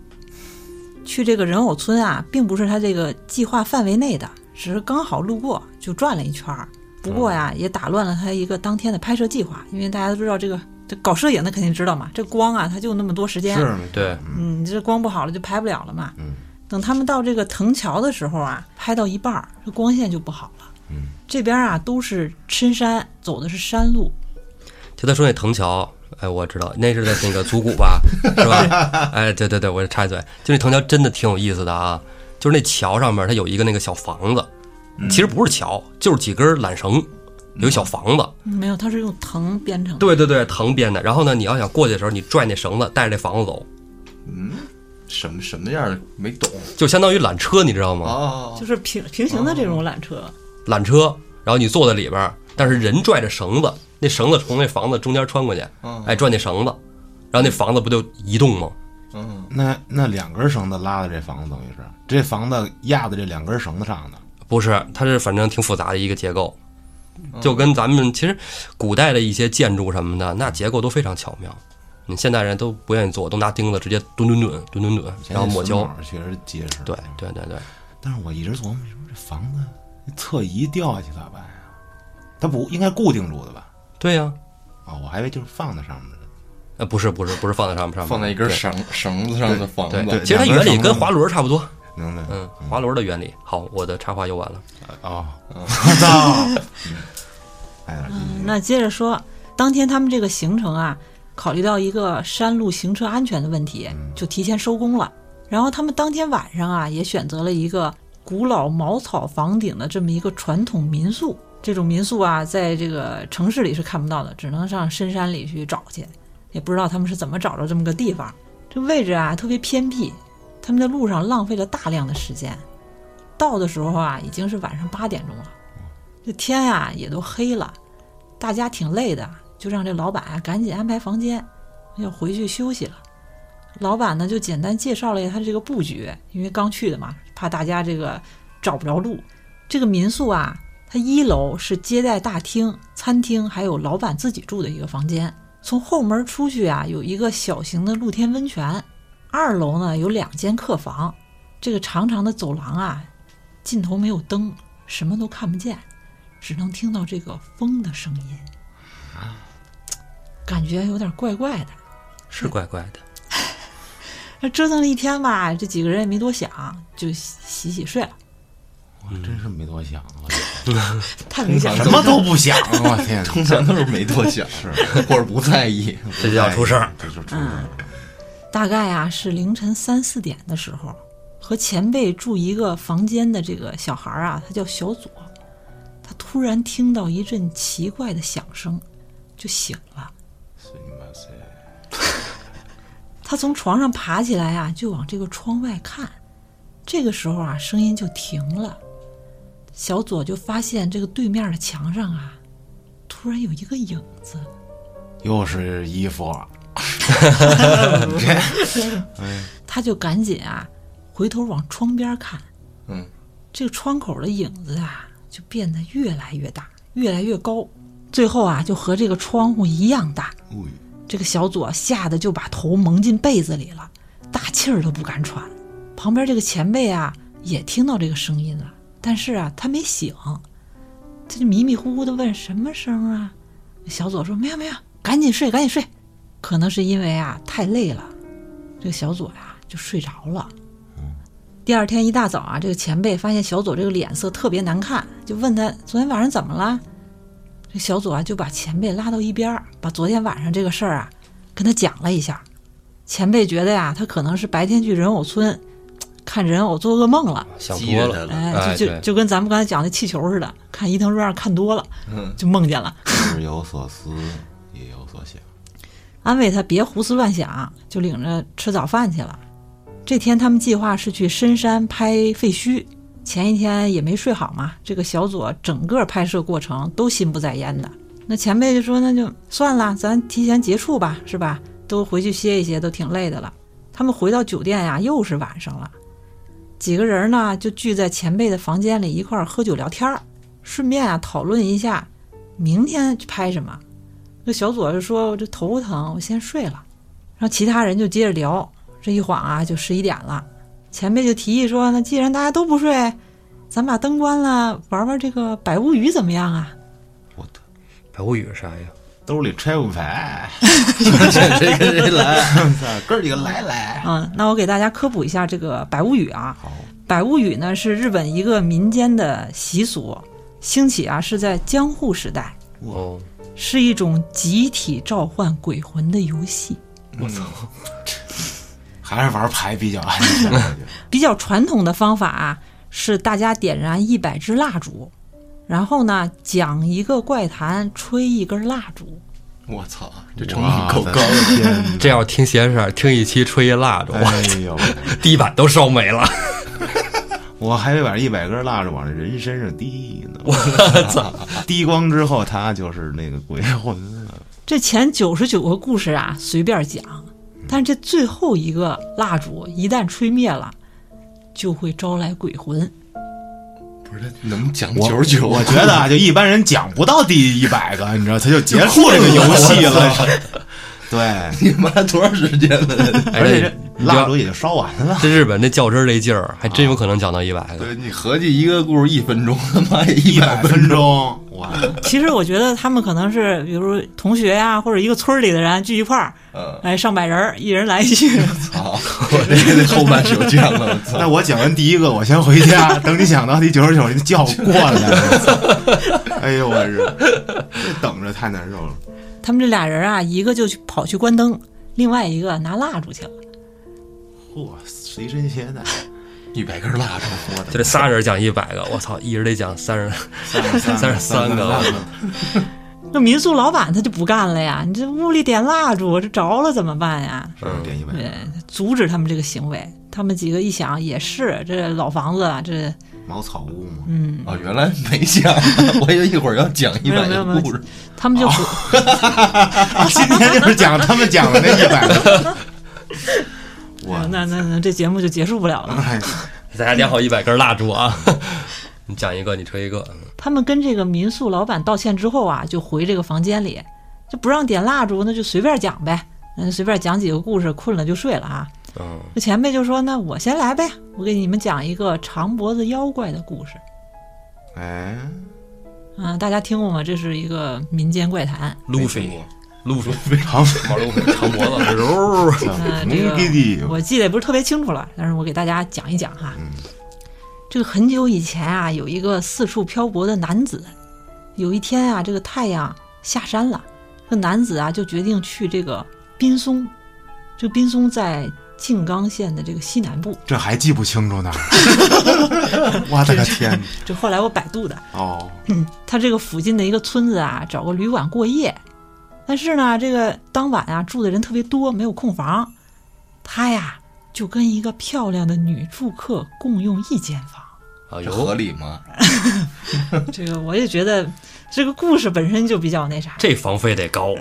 Speaker 1: 去这个人偶村啊，并不是他这个计划范围内的，只是刚好路过就转了一圈儿。不过呀，也打乱了他一个当天的拍摄计划，因为大家都知道这个这搞摄影的肯定知道嘛，这光啊，它就那么多时间，
Speaker 5: 是没
Speaker 2: 对，
Speaker 1: 嗯，这光不好了就拍不了了嘛。
Speaker 5: 嗯
Speaker 1: 等他们到这个藤桥的时候啊，拍到一半儿，这光线就不好了。嗯，这边啊都是深山，走的是山路，
Speaker 2: 就他说那藤桥，哎，我知道那是在那个祖谷吧，是 吧？哎，对对对，我插一嘴，就那藤桥真的挺有意思的啊，就是那桥上面它有一个那个小房子，其实不是桥，就是几根缆绳，有一小房子。
Speaker 1: 没有，它是用藤编成的。
Speaker 2: 对对对，藤编的。然后呢，你要想过去的时候，你拽那绳子，带着这房子走，
Speaker 4: 什么什么样的没懂
Speaker 2: 就相当于缆车，你知道吗？
Speaker 4: 啊？
Speaker 1: 就是平平行的这种缆车，
Speaker 2: 缆车，然后你坐在里边儿，但是人拽着绳子，那绳子从那房子中间穿过去，
Speaker 4: 嗯
Speaker 2: 哎，转那绳子，然后那房子不就移动吗？
Speaker 4: 嗯，
Speaker 5: 那那两根绳子拉的这房子，等于是这房子压在这两根绳子上的。
Speaker 2: 不是，它是反正挺复杂的一个结构，
Speaker 4: 嗯
Speaker 2: 就跟咱们其实古代的一些建筑什么的，那结构都非常巧妙。你现代人都不愿意做，都拿钉子直接墩墩墩墩墩墩
Speaker 5: 以，前
Speaker 2: 然后
Speaker 5: 这
Speaker 2: 抹
Speaker 5: 榫
Speaker 2: 胶
Speaker 5: 卯。确实结实。
Speaker 2: 对对对对，
Speaker 5: 但是我一直琢磨，你说这房子侧移掉下去咋办呀？它不应该固定住的吧？
Speaker 2: 对呀、
Speaker 5: 啊、我还以为就是放在上面的。
Speaker 2: 呃，不是不是不是放在上面上面，
Speaker 4: 放在一根绳绳子上的房
Speaker 2: 对
Speaker 4: 子，
Speaker 2: 其实它
Speaker 5: 两根
Speaker 2: 原理
Speaker 5: 绳子
Speaker 2: 跟滑轮差不多，
Speaker 5: 明白？
Speaker 2: 嗯，滑轮的原理。好，我的插画又完了。
Speaker 5: 哦，
Speaker 4: 嗯
Speaker 5: 我操！哎呀，
Speaker 1: 那接着说，当天他们这个行程啊，考虑到一个山路行车安全的问题，就提前收工了。然后他们当天晚上啊，也选择了一个古老茅草房顶的这么一个传统民宿。这种民宿啊，在这个城市里是看不到的，只能上深山里去找去。也不知道他们是怎么找着这么个地方。这位置啊，特别偏僻，他们在路上浪费了大量的时间。到的时候啊，已经是晚上八点钟了，这天啊也都黑了。大家挺累的，就让这老板啊赶紧安排房间，要回去休息了。老板呢就简单介绍了一下他这个布局，因为刚去的嘛，怕大家这个找不着路。这个民宿啊，它一楼是接待大厅、餐厅，还有老板自己住的一个房间。从后门出去啊，有一个小型的露天温泉。二楼呢有两间客房，这个长长的走廊啊，尽头没有灯，什么都看不见。只能听到这个风的声音，感觉有点怪怪的。
Speaker 2: 是怪怪的，
Speaker 1: 那折腾了一天吧，这几个人也没多想，就洗洗睡了。
Speaker 5: 我真是没多想，啊我
Speaker 1: 太明显 了，
Speaker 5: 什么都不想，我天！
Speaker 4: 通常都是没多想，是 或者不在意，
Speaker 2: 这就叫出事儿。
Speaker 5: 这就出事儿了。
Speaker 1: 大概啊是凌晨三四点的时候，和前辈住一个房间的这个小孩儿啊，他叫小左，他突然听到一阵奇怪的响声，就醒了。
Speaker 5: 所以你妈塞
Speaker 1: 他从床上爬起来啊，就往这个窗外看。这个时候啊，声音就停了。小左就发现这个对面的墙上啊，突然有一个影子。
Speaker 5: 又是衣服，
Speaker 1: 他就赶紧啊，回头往窗边看。
Speaker 4: 嗯，
Speaker 1: 这个窗口的影子啊，就变得越来越大，越来越高，最后啊，就和这个窗户一样大。
Speaker 5: 哎
Speaker 1: 这个小左吓得就把头蒙进被子里了，大气儿都不敢喘。旁边这个前辈啊，也听到这个声音了，但是啊，他没醒，他就迷迷糊糊的问什么声啊？小左说没有没有，赶紧睡赶紧睡。可能是因为啊太累了，这个小左呀、就睡着了。第二天一大早啊，这个前辈发现小左这个脸色特别难看，就问他昨天晚上怎么了？这小左啊就把前辈拉到一边儿，把昨天晚上这个事儿啊跟他讲了一下。前辈觉得呀、他可能是白天去人偶村看人偶做噩梦了，
Speaker 2: 想
Speaker 4: 激
Speaker 2: 多了，
Speaker 4: 着他了，
Speaker 1: 哎，就
Speaker 2: 哎对
Speaker 1: 就就跟咱们刚才讲的气球似的，看伊藤润二看多了
Speaker 4: 嗯，
Speaker 1: 就梦见了。
Speaker 5: 日有所思，夜有所想。
Speaker 1: 安慰他别胡思乱想，就领着吃早饭去了。这天他们计划是去深山拍废墟，前一天也没睡好嘛，这个小左整个拍摄过程都心不在焉的。那前辈就说那就算了，咱提前结束吧，是吧？都回去歇一歇，都挺累的了。他们回到酒店呀、又是晚上了。几个人呢就聚在前辈的房间里一块儿喝酒聊天儿，顺便啊讨论一下明天去拍什么。这小左就说：“我这头疼，我先睡了。”然后其他人就接着聊，这一晃啊就十一点了。前辈就提议说：“那既然大家都不睡，咱把灯关了，玩玩这个百物语怎么样啊
Speaker 5: 我操，
Speaker 2: 白无语是啥呀？
Speaker 5: 兜里揣五 牌，
Speaker 4: 见谁跟谁来，
Speaker 5: 哥儿几个来？来。
Speaker 1: 嗯，那我给大家科普一下这个百物语啊。
Speaker 5: 好，
Speaker 1: 百物语呢是日本一个民间的习俗，兴起啊是在江户时代，
Speaker 2: 哦，
Speaker 1: 是一种集体召唤鬼魂的游戏。
Speaker 4: 我操，
Speaker 5: 还是玩牌比较安全。我觉得
Speaker 1: 比较传统的方法啊，是大家点燃一百支蜡烛，然后呢讲一个怪谈，吹一根蜡烛。
Speaker 4: 我操，这成本够高的，
Speaker 5: 的。
Speaker 2: 这要哎听闲事儿，听一期吹一蜡烛，
Speaker 5: 哎呦，
Speaker 2: 地板都烧没了。
Speaker 3: 我还得把一百根蜡烛往这人身上滴 呢。我操！滴光之后，他就是那个鬼魂了。
Speaker 1: 这前九十九个故事啊，随便讲，但是这最后一个蜡烛一旦吹灭了，就会招来鬼魂。
Speaker 4: 不是他能讲
Speaker 3: 我
Speaker 4: 九十九？
Speaker 3: 我觉得啊，就一般人讲不到第一百个，你知道，他就结束这个游戏了。对，
Speaker 4: 你妈多长时间了？
Speaker 3: 而且
Speaker 2: 哎
Speaker 3: 这蜡烛也就烧完了。
Speaker 2: 这日本这较真儿这劲儿，还真有可能讲到一百个。
Speaker 4: 对你合计一个故事一分钟，他妈也一
Speaker 3: 一
Speaker 4: 百
Speaker 3: 百分钟，我
Speaker 1: 其实我觉得他们可能是，比如说同学呀、或者一个村儿里的人聚一块儿，
Speaker 4: 嗯，
Speaker 1: 哎，上百人儿，一人来一句。
Speaker 4: 好， 我这个后半宿见了，我操！
Speaker 3: 那我讲完第一个，我先回家。等你想到第九十九，你就叫我过来。哎呦，我日，这等着太难受了。
Speaker 1: 他们这俩人啊，一个就去跑去关灯，另外一个拿蜡烛去了。
Speaker 3: 嚯，随身携带，
Speaker 4: 一百根蜡烛，我
Speaker 2: 就这仨人讲一百个，我操，一人得讲三十。
Speaker 3: 三
Speaker 2: 十三个
Speaker 1: 那民宿老板他就不干了呀，你这屋里点蜡烛，这着了怎么办呀？
Speaker 3: 是点一百，
Speaker 1: 对，阻止他们这个行为。他们几个一想也是，这老房子啊这
Speaker 3: 茅草屋嘛。
Speaker 1: 嗯，
Speaker 4: 哦，原来没讲，我以为一会儿要讲一百
Speaker 1: 没有
Speaker 4: 个
Speaker 1: 没有
Speaker 4: 故事。
Speaker 1: 他们就回、
Speaker 3: 啊，今天就是讲他们讲的那一百个。我
Speaker 1: 那那那这节目就结束不了了。
Speaker 3: 哎
Speaker 2: 大家点好一百根蜡烛啊！ 你讲一个，你吹一个。
Speaker 1: 他们跟这个民宿老板道歉之后啊，就回这个房间里，就不让点蜡烛，那就随便讲呗，那就随便讲几个故事，困了就睡了啊。
Speaker 2: 嗯，
Speaker 1: 这前辈就说：“那我先来呗，我给你们讲一个长脖子妖怪的故事。
Speaker 3: 哎，
Speaker 1: 嗯，大家听过吗？这是一个民间怪谈。
Speaker 2: 路飞，路 飞，
Speaker 3: 长
Speaker 2: 毛路飞，长脖子， 揉。
Speaker 1: 嗯，这
Speaker 3: 蒙
Speaker 1: 个
Speaker 3: 给的，
Speaker 1: 我记得也不是特别清楚了，但是我给大家讲一讲哈。这个很久以前啊，有一个四处漂泊的男子，有一天啊，这个太阳下山了，这个男子啊就决定去这个滨松，这个滨松在静冈县的这个西南部。
Speaker 3: 这还记不清楚呢。 我的个天！
Speaker 1: 这后来我百度的，
Speaker 3: 哦，
Speaker 1: 他这个附近的一个村子啊，找个旅馆过夜。但是呢，这个当晚啊住的人特别多，没有空房。他呀就跟一个漂亮的女住客共用一间房。
Speaker 2: 啊，
Speaker 4: 这
Speaker 2: 有
Speaker 4: 合理 吗？
Speaker 1: 这个我也觉得这个故事本身就比较那啥。
Speaker 2: 这房费得高。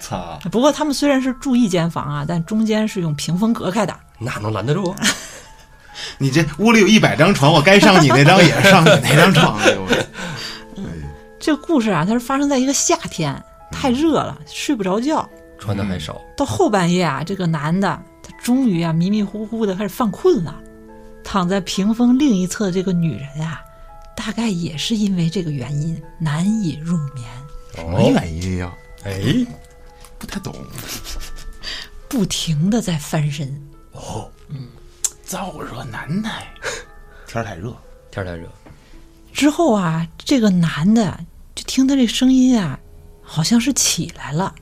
Speaker 4: 操！
Speaker 1: 不过他们虽然是住一间房啊，但中间是用屏风隔开的。
Speaker 2: 那能拦得住？啊
Speaker 3: 你这屋里有一百张床，我该上你那张也上你那张 床。哎呦我哎，
Speaker 1: 这个故事啊，它是发生在一个夏天，太热了，睡不着觉。
Speaker 2: 穿的还少，
Speaker 1: 到后半夜啊，这个男的他终于啊迷迷糊糊的开始犯困了，躺在屏风另一侧的这个女人啊，大概也是因为这个原因难以入眠，
Speaker 3: 什么原因呀？
Speaker 2: 哎，
Speaker 3: 不太懂。
Speaker 1: 不停的在翻身。
Speaker 3: 燥热难耐， 天儿太热。
Speaker 2: 天儿太热，
Speaker 1: 之后啊，这个男的就听他这声音啊，好像是起来了，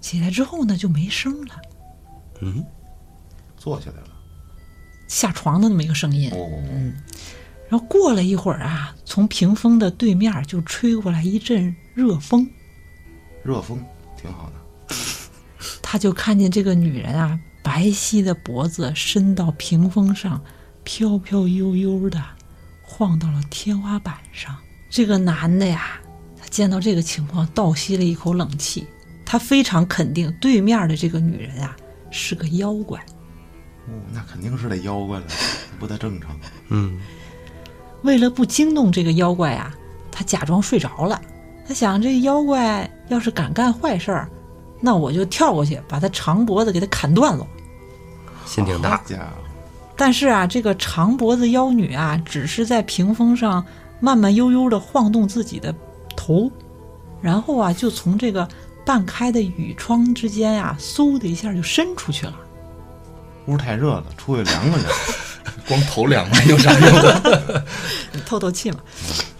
Speaker 1: 起来之后呢就没声了，
Speaker 2: 嗯，
Speaker 3: 坐下来了。
Speaker 1: 下床的那么一个声音。
Speaker 3: 哦，
Speaker 1: 然后过了一会儿啊，从屏风的对面就吹过来一阵热风。
Speaker 3: 热风挺好的。
Speaker 1: 他就看见这个女人啊，白皙的脖子伸到屏风上，飘飘悠悠的晃到了天花板上。这个男的呀，他见到这个情况，倒吸了一口冷气。他非常肯定对面的这个女人啊是个妖怪。
Speaker 3: 哦，那肯定是得妖怪了，不太正常。
Speaker 2: 嗯，
Speaker 1: 为了不惊动这个妖怪啊，他假装睡着了。他想，这妖怪要是敢干坏事儿，那我就跳过去把他长脖子给他砍断了。
Speaker 2: 心挺
Speaker 3: 好
Speaker 2: 大，
Speaker 3: 家伙，
Speaker 1: 但是啊，这个长脖子妖女啊，只是在屏风上慢慢悠悠地晃动自己的头，然后啊，就从这个半开的雨窗之间啊，嗖的一下就伸出去了。
Speaker 3: 屋太热了，出去凉快去。
Speaker 4: 光头两枚有啥 用？啊
Speaker 1: 透透气嘛。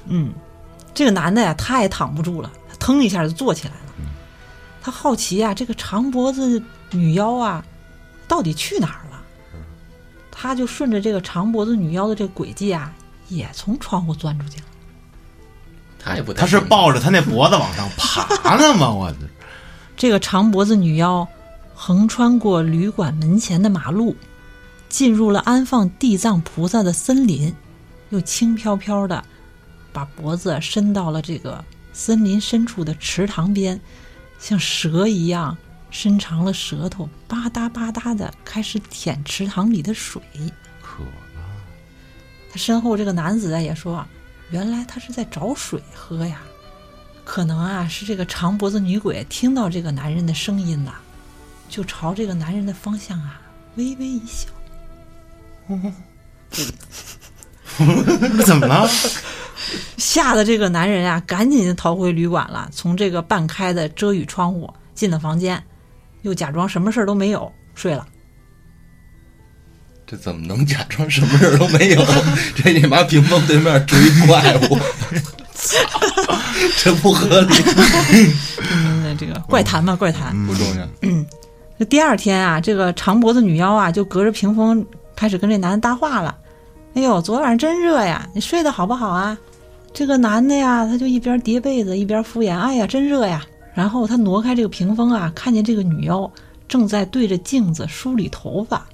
Speaker 1: 嗯，这个男的呀，他也躺不住了，他腾一下就坐起来了。他好奇呀、这个长脖子女妖啊，到底去哪儿了？他就顺着这个长脖子女妖的这个轨迹啊，也从窗户钻出去了。
Speaker 4: 他也不太
Speaker 3: 他是
Speaker 4: 懂
Speaker 3: 抱着他那脖子往上爬呢吗？我
Speaker 1: 这个长脖子女妖横穿过旅馆门前的马路，进入了安放地藏菩萨的森林，又轻飘飘的把脖子伸到了这个森林深处的池塘边，像蛇一样伸长了舌头，吧嗒吧嗒的开始舔池塘里的水。
Speaker 5: 可
Speaker 1: 他身后这个男子啊也说啊，原来他是在找水喝呀，可能啊是这个长脖子女鬼听到这个男人的声音了，就朝这个男人的方向啊微微一笑。
Speaker 5: 怎么 了？
Speaker 1: 吓得这个男人呀、赶紧就逃回旅馆了，从这个半开的遮雨窗户进了房间，又假装什么事儿都没有睡了。
Speaker 4: 这怎么能假装什么事儿都没有？ 这你妈屏风对面住一怪物， 这不合理，
Speaker 1: 嗯，这个怪谈嘛，怪谈。
Speaker 4: 不重要。
Speaker 1: 那第二天啊，这个长脖子女妖啊，就隔着屏风开始跟这男的搭话了。哎呦，昨晚上真热呀，你睡得好不好啊？这个男的呀，他就一边叠被子一边敷衍，哎呀，真热呀。然后他挪开这个屏风啊，看见这个女妖正在对着镜子梳理头发。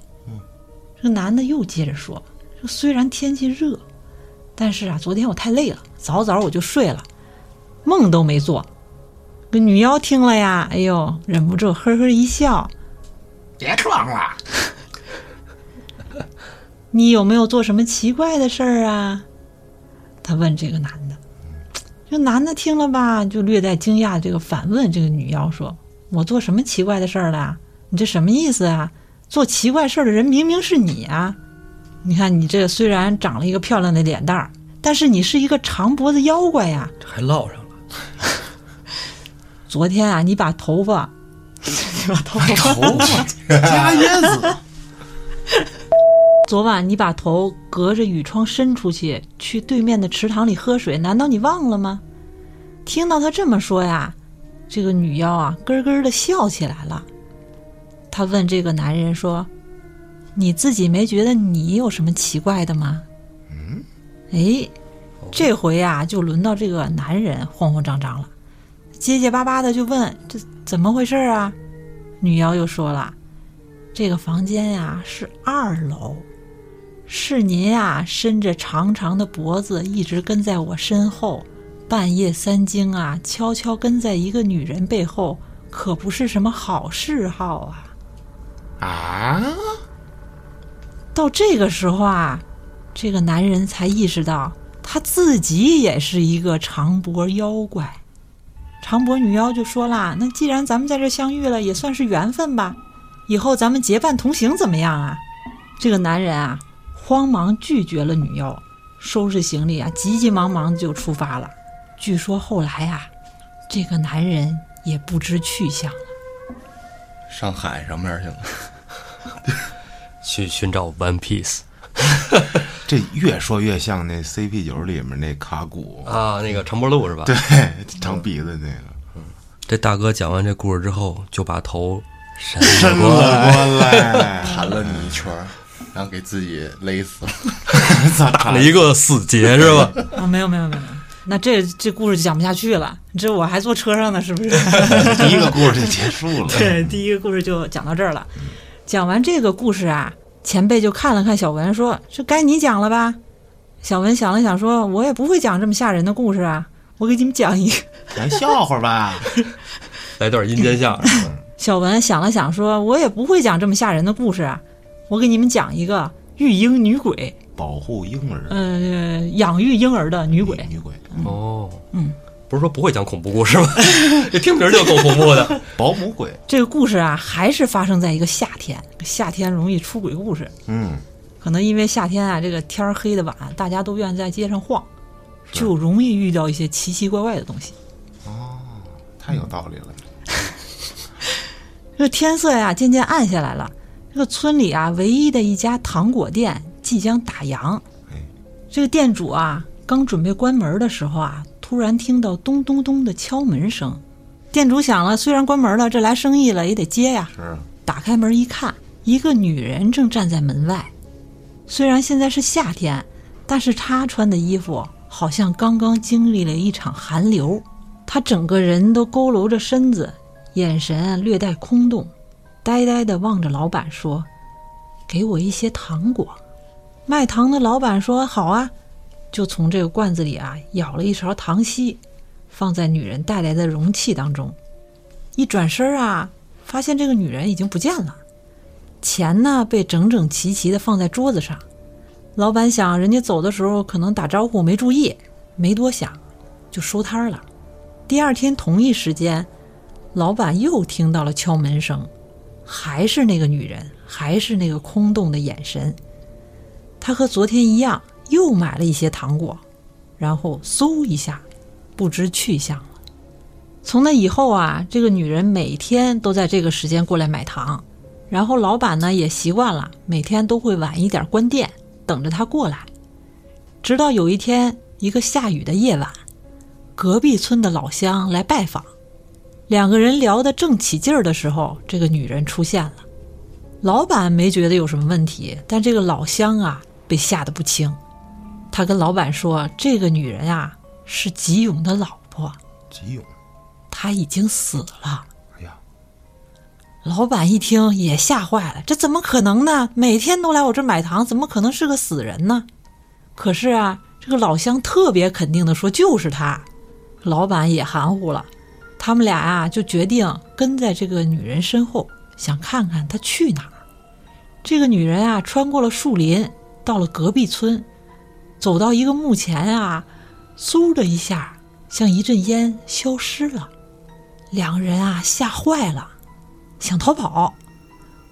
Speaker 1: 这个男的又接着说：“说虽然天气热，但是啊，昨天我太累了，早早我就睡了，梦都没做。”这女妖听了呀，哎呦，忍不住呵呵一笑，
Speaker 3: 别装了，
Speaker 1: 你有没有做什么奇怪的事儿啊？他问这个男的。这男的听了吧，就略带惊讶，这个反问这个女妖说：“我做什么奇怪的事儿了？啊你这什么意思啊？做奇怪事儿的人明明是你啊！你看你这虽然长了一个漂亮的脸蛋儿，但是你是一个长脖子妖怪呀！
Speaker 2: 这还落上了。
Speaker 1: 昨天啊，你把头发， 你把头发
Speaker 5: 头 发加椰子，
Speaker 1: 昨晚你把头隔着雨窗伸出去，去对面的池塘里喝水，难道你忘了吗？听到他这么说呀，这个女妖啊，咯咯的笑起来了。她问这个男人说：“你自己没觉得你有什么奇怪的吗？”嗯，哎，这回呀、就轮到这个男人慌慌张张了，结结巴巴的就问：“这怎么回事儿啊？”女妖又说了。这个房间呀、是二楼，是您呀、伸着长长的脖子一直跟在我身后，半夜三更啊悄悄跟在一个女人背后，可不是什么好嗜好啊。
Speaker 3: 啊，
Speaker 1: 到这个时候啊，这个男人才意识到他自己也是一个长脖妖怪。长脖女妖就说啦：“那既然咱们在这相遇了，也算是缘分吧。以后咱们结伴同行怎么样啊？”这个男人啊，慌忙拒绝了女妖，收拾行李啊，急急忙忙就出发了。据说后来啊，这个男人也不知去向了。
Speaker 4: 上海上面去了，
Speaker 2: 去寻找 One Piece
Speaker 5: 这越说越像那 CP 九里面那卡古，
Speaker 2: 啊，那个长脖鹿是吧？对。
Speaker 5: 对，长鼻子那个。
Speaker 2: 这大哥讲完这故事之后，就把头 伸
Speaker 5: 伸了
Speaker 2: 过来
Speaker 5: 过 来，
Speaker 4: 盘了你一圈儿，然后给自己勒 死了。
Speaker 5: 操！
Speaker 2: 打了一个死 结是吧？
Speaker 1: 啊，没有没有没有，没有那这这故事就讲不下去了。这我还坐车上呢，是不是？
Speaker 5: 第一个故事就结束了。
Speaker 1: 对，第一个故事就讲到这儿了。讲完这个故事啊，前辈就看了看小文，说：“这该你讲了吧？”小文想了想，说：“我也不会讲这么吓人的故事啊，我给你们讲一个。
Speaker 5: 咱笑话吧，
Speaker 2: 来段阴间相 声，”
Speaker 1: 小文想了想，说：“我也不会讲这么吓人的故事啊，我给你们讲一个育婴女鬼，
Speaker 5: 保护婴儿，
Speaker 1: 呃，养育婴儿的女鬼。
Speaker 5: 女鬼，
Speaker 2: 哦，嗯，不是说不会讲恐怖故事吗？ 这听名儿就够恐怖的。
Speaker 5: 保姆鬼。
Speaker 1: 这个故事啊，还是发生在一个夏天，夏天容易出鬼故事。
Speaker 5: 嗯，
Speaker 1: 可能因为夏天啊，这个天儿黑的晚，大家都愿意在街上晃，就容易遇到一些奇奇怪怪的东西。
Speaker 5: 太有道理了。
Speaker 1: 这个天色呀、渐渐暗下来了，这个村里啊唯一的一家糖果店即将打烊
Speaker 5: 哎。
Speaker 1: 这个店主啊刚准备关门的时候啊，突然听到咚咚咚的敲门声。店主想了，虽然关门了，这来生意了也得接呀。
Speaker 5: 是啊
Speaker 1: 打开门一看，一个女人正站在门外。虽然现在是夏天，但是她穿的衣服好像刚刚经历了一场寒流。她整个人都佝偻着身子，眼神略带空洞，呆呆地望着老板说：“给我一些糖果。”卖糖的老板说：“好啊。”就从这个罐子里啊舀了一勺糖稀，放在女人带来的容器当中。一转身啊，发现这个女人已经不见了，钱呢被整整齐齐的放在桌子上。老板想，人家走的时候可能打招呼没注意，没多想，就收摊儿了。第二天同一时间，老板又听到了敲门声，还是那个女人，还是那个空洞的眼神。他和昨天一样，又买了一些糖果，然后嗖一下，不知去向了。从那以后啊，这个女人每天都在这个时间过来买糖，然后老板呢也习惯了，每天都会晚一点关店，等着她过来。直到有一天，一个下雨的夜晚，隔壁村的老乡来拜访，两个人聊得正起劲儿的时候，这个女人出现了。老板没觉得有什么问题，但这个老乡啊被吓得不轻。他跟老板说：“这个女人啊是吉勇的老婆，
Speaker 5: 吉勇，
Speaker 1: 她已经死了。”
Speaker 5: 哎呀，
Speaker 1: 老板一听也吓坏了，这怎么可能呢？每天都来我这买糖，怎么可能是个死人呢？可是啊，这个老乡特别肯定的说就是他，老板也含糊了。他们俩啊就决定跟在这个女人身后，想看看她去哪儿。这个女人啊穿过了树林，到了隔壁村，走到一个墓前啊，嗖的一下，像一阵烟消失了。两个人啊吓坏了。想逃跑。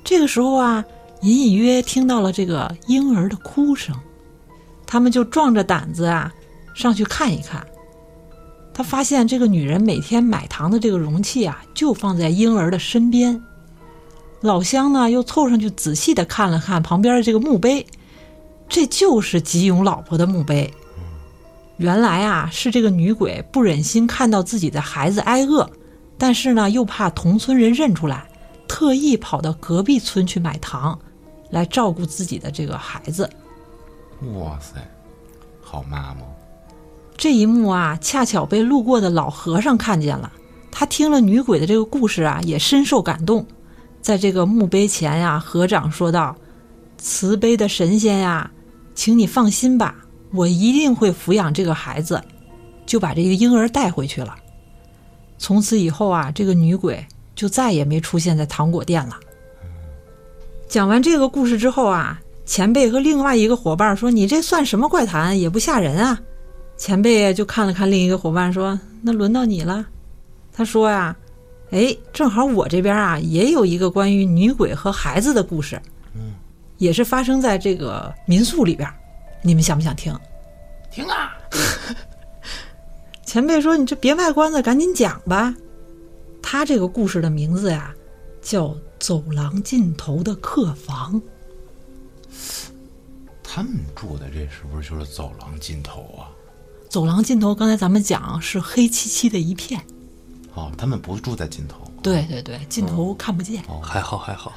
Speaker 1: 这个时候啊，隐隐约听到了这个婴儿的哭声，他们就壮着胆子啊上去看一看。他发现这个女人每天买糖的这个容器啊，就放在婴儿的身边。老乡呢又凑上去仔细的看了看旁边的这个墓碑，这就是吉勇老婆的墓碑。原来啊，是这个女鬼不忍心看到自己的孩子挨饿，但是呢，又怕同村人认出来，特意跑到隔壁村去买糖，来照顾自己的这个孩子。
Speaker 5: 哇塞，好妈妈，
Speaker 1: 这一幕啊，恰巧被路过的老和尚看见了。他听了女鬼的这个故事啊，也深受感动，在这个墓碑前呀、合掌说道：“慈悲的神仙呀、请你放心吧，我一定会抚养这个孩子。”就把这个婴儿带回去了。从此以后啊，这个女鬼就再也没出现在糖果店了。讲完这个故事之后啊，前辈和另外一个伙伴说：“你这算什么怪谈？也不吓人啊！”前辈就看了看另一个伙伴，说：“那轮到你了。”他说呀、哎，正好我这边啊也有一个关于女鬼和孩子的故事，也是发生在这个民宿里边儿，你们想不想听？
Speaker 3: 听啊，
Speaker 1: 前辈说：“你这别卖关子，赶紧讲吧。”他这个故事的名字呀，叫《走廊尽头的客房》。
Speaker 5: 他们住的这是不是就是走廊尽头啊？
Speaker 1: 走廊尽头，刚才咱们讲是黑漆漆的一片，
Speaker 5: 哦，他们不住在尽头，
Speaker 1: 对对对，尽头看不见，
Speaker 2: 还好还好，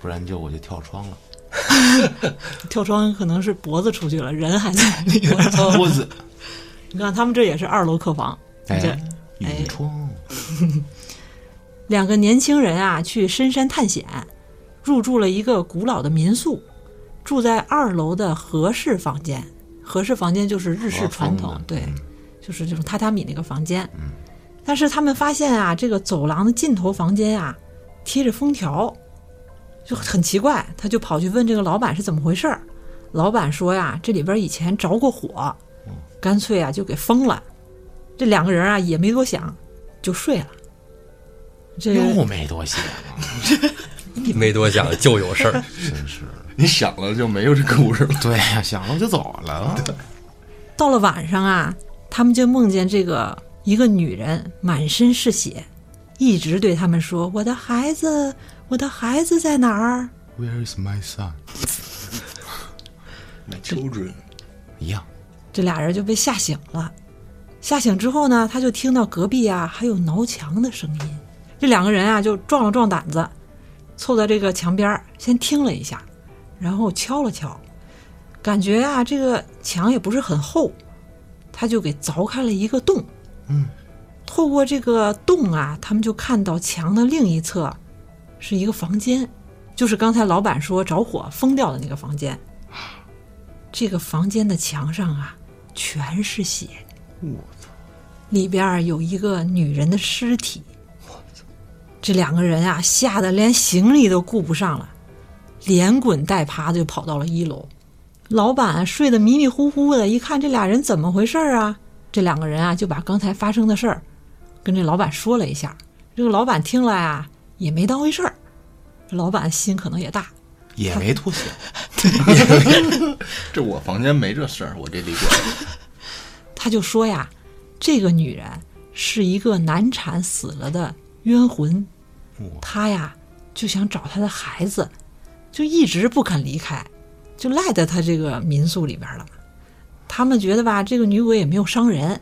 Speaker 5: 不然就我就跳窗 了。
Speaker 1: 跳窗可能是脖子出去了，人还在里边。
Speaker 5: 桌子，
Speaker 1: 你看他们这也是二楼客房，这
Speaker 5: 哎，雨窗，
Speaker 1: 哎两个年轻人啊去深山探险，入住了一个古老的民宿，住在二楼的和室房间。和室房间就是日式传
Speaker 5: 和
Speaker 1: 统
Speaker 5: 风的，
Speaker 1: 对
Speaker 5: 嗯，
Speaker 1: 就是这种榻榻米那个房间。但是他们发现啊，这个走廊的尽头房间啊贴着封条，就很奇怪。他就跑去问这个老板是怎么回事儿。老板说呀，这里边以前着过火，
Speaker 5: 嗯
Speaker 1: 干脆啊就给封了。这两个人啊也没多想，就睡了。这
Speaker 3: 又没多想，
Speaker 2: 没多想就有事 儿。
Speaker 5: 真是，
Speaker 4: 你想了就没有这故事了。
Speaker 5: 对呀，想了就走了，
Speaker 1: 到了晚上啊，他们就梦见这个一个女人满身是血，一直对他们说：“我的孩子，我的孩子在哪儿
Speaker 5: Where is my son？
Speaker 4: My children，
Speaker 5: 一样，？”
Speaker 1: 这俩人就被吓醒了。吓醒之后呢，他就听到隔壁啊还有挠墙的声音。这两个人啊就壮了壮胆子，凑到这个墙边儿先听了一下，然后敲了敲，感觉啊这个墙也不是很厚，他就给凿开了一个洞。透过这个洞啊，他们就看到墙的另一侧是一个房间，就是刚才老板说着火封掉的那个房间。这个房间的墙上啊，全是血。我操！里边儿有一个女人的尸体。我操！这两个人啊，吓得连行李都顾不上了，连滚带爬就跑到了一楼。老板睡得迷迷糊糊的，一看这俩人怎么回事儿啊？这两个人啊，就把刚才发生的事儿跟这老板说了一下。这个老板听了啊，也没当回事儿。这老板心可能也大，
Speaker 3: 也没吐血，
Speaker 4: 这我房间没这事儿，我这离过。
Speaker 1: 他就说呀，这个女人是一个难产死了的冤魂，他呀就想找他的孩子，就一直不肯离开，就赖在他这个民宿里边了。他们觉得吧，这个女鬼也没有伤人，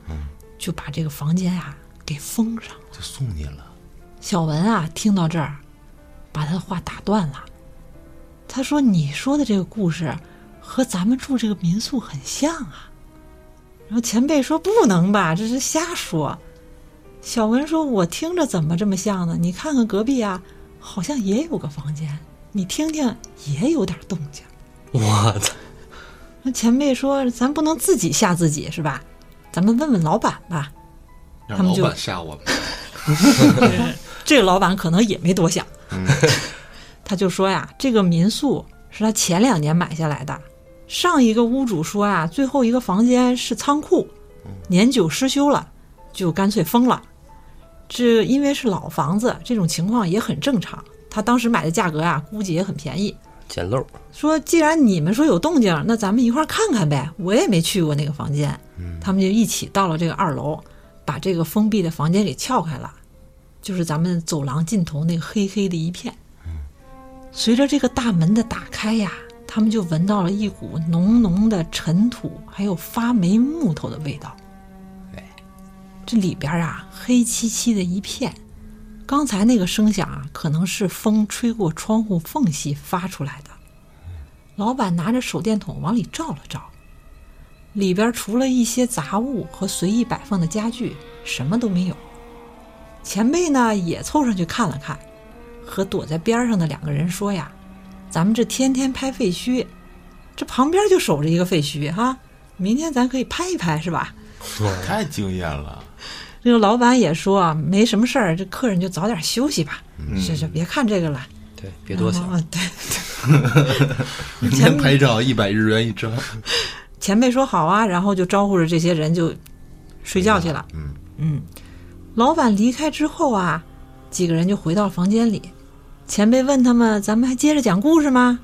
Speaker 1: 就把这个房间啊给封上了。
Speaker 3: 就送你了。
Speaker 1: 小文啊，听到这儿，把他的话打断了。他说：“你说的这个故事和咱们住这个民宿很像啊。”然后前辈说：“不能吧，这是瞎说。”小文说：“我听着怎么这么像呢？你看看隔壁啊，好像也有个房间，你听听也有点动静。”
Speaker 2: 我操！
Speaker 1: 那前辈说：“咱不能自己吓自己是吧？咱们问问老板吧。
Speaker 4: 让
Speaker 1: 他们
Speaker 4: 老
Speaker 1: 就
Speaker 4: 板吓我们，
Speaker 1: 这个老板可能也没多想， 他就说呀，这个民宿是他前两年买下来的，上一个屋主说啊，最后一个房间是仓库，年久失修了，就干脆封了。这因为是老房子，这种情况也很正常。他当时买的价格啊，估计也很便宜。
Speaker 2: 捡漏，
Speaker 1: 说既然你们说有动静，那咱们一块儿看看呗。我也没去过那个房间，他们就一起到了这个二楼，把这个封闭的房间给撬开了，就是咱们走廊尽头那个黑黑的一片。随着这个大门的打开呀，他们就闻到了一股浓浓的尘土，还有发霉木头的味道。这里边啊，黑漆漆的一片。刚才那个声响啊，可能是风吹过窗户缝隙发出来的。老板拿着手电筒往里照了照，里边除了一些杂物和随意摆放的家具，什么都没有。前辈呢也凑上去看了看，和躲在边上的两个人说呀：“咱们这天天拍废墟，这旁边就守着一个废墟哈、明天咱可以拍一拍是吧
Speaker 5: 太惊艳了，？”
Speaker 1: 这个老板也说啊，没什么事儿，这客人就早点休息吧，是是，别看这个了。
Speaker 2: 对，嗯别多想。
Speaker 1: 啊对。
Speaker 4: 明天拍照一百日元一张，
Speaker 1: 前辈说好啊，然后就招呼着这些人就睡觉去了。
Speaker 5: 嗯
Speaker 1: 老板离开之后啊，几个人就回到房间里。前辈问他们：“咱们还接着讲故事吗？”